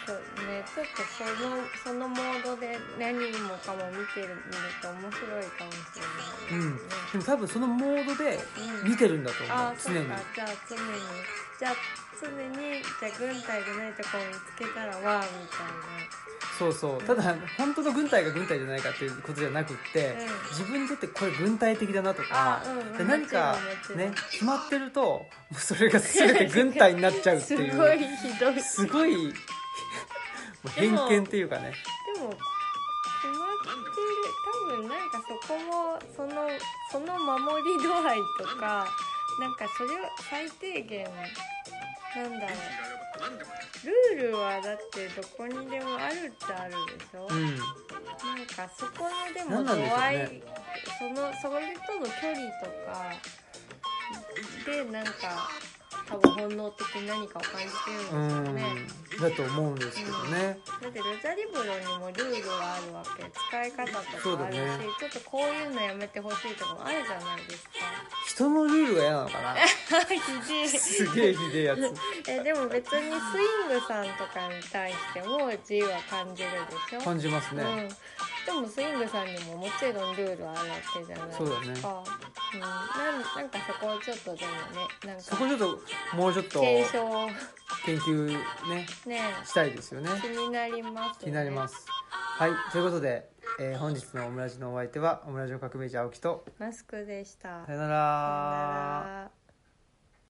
B: そうね、ちょっとそのそのモードで何もかも見てる見ると面白いかもしれないですね。
A: でも多分そのモードで
B: うん
A: 見てるんだと思う、
B: ああ、
A: 常
B: そう
A: に
B: か。じゃあ常に、じゃあ常に、じゃあ軍隊じゃないとこ見つけたらわーみ
A: そうそうただ本当の軍隊が軍隊じゃないかっていうことじゃなくって、
B: うん
A: 自分にとってこれ軍隊的だなとか
B: あうんうん
A: で何か
B: もちろんもちろん
A: ね決まってるともうそれが全て軍隊になっちゃ
B: たいな。
A: うって
B: すご
A: い
B: いうひどい。です
A: ごいもう偏見っていうかね
B: も、決まってる、多分なんかそこも、その、その守り度合いとか、なんかそれを最低限、なんだろう。ルールはだってどこにでもあるっちゃあるでしょ、
A: うん
B: なんかそこのでも
A: 何なんでしょう
B: 度合い、
A: ね
B: そのそれとの距離とかでなんか多分本能的に何かを感じて
A: う
B: るんでしょうんね、
A: だと思うんですけどね、
B: だってロザリブロにもルールはあるわけ使い方
A: そ
B: と
A: う
B: か
A: だ
B: あるし、
A: ね
B: ちょっとこういうのやめてほしいとかもあるじゃないですか
A: 人のルールが嫌なのかな
B: ひ じい
A: すげえひでえやつ
B: えでも別にスイングさんとかに対しても自由は感じるでしょ
A: 感じますね、
B: うん、でもスイングさんにももちろんルールはあるわけじゃないです
A: そ
B: か
A: うだね
B: うん、なんなんかそこをちょっとでもねなん
A: そこ
B: か
A: ちょっともうちょっと
B: 検証
A: 研究ね
B: ね
A: したいですよね
B: 気になります、ね、
A: 気になりますはいということで、えー本日のオムラジのお相手はオムラジの革命児青木と
B: マスクでした
A: さよ
B: さよ
A: なら
B: なら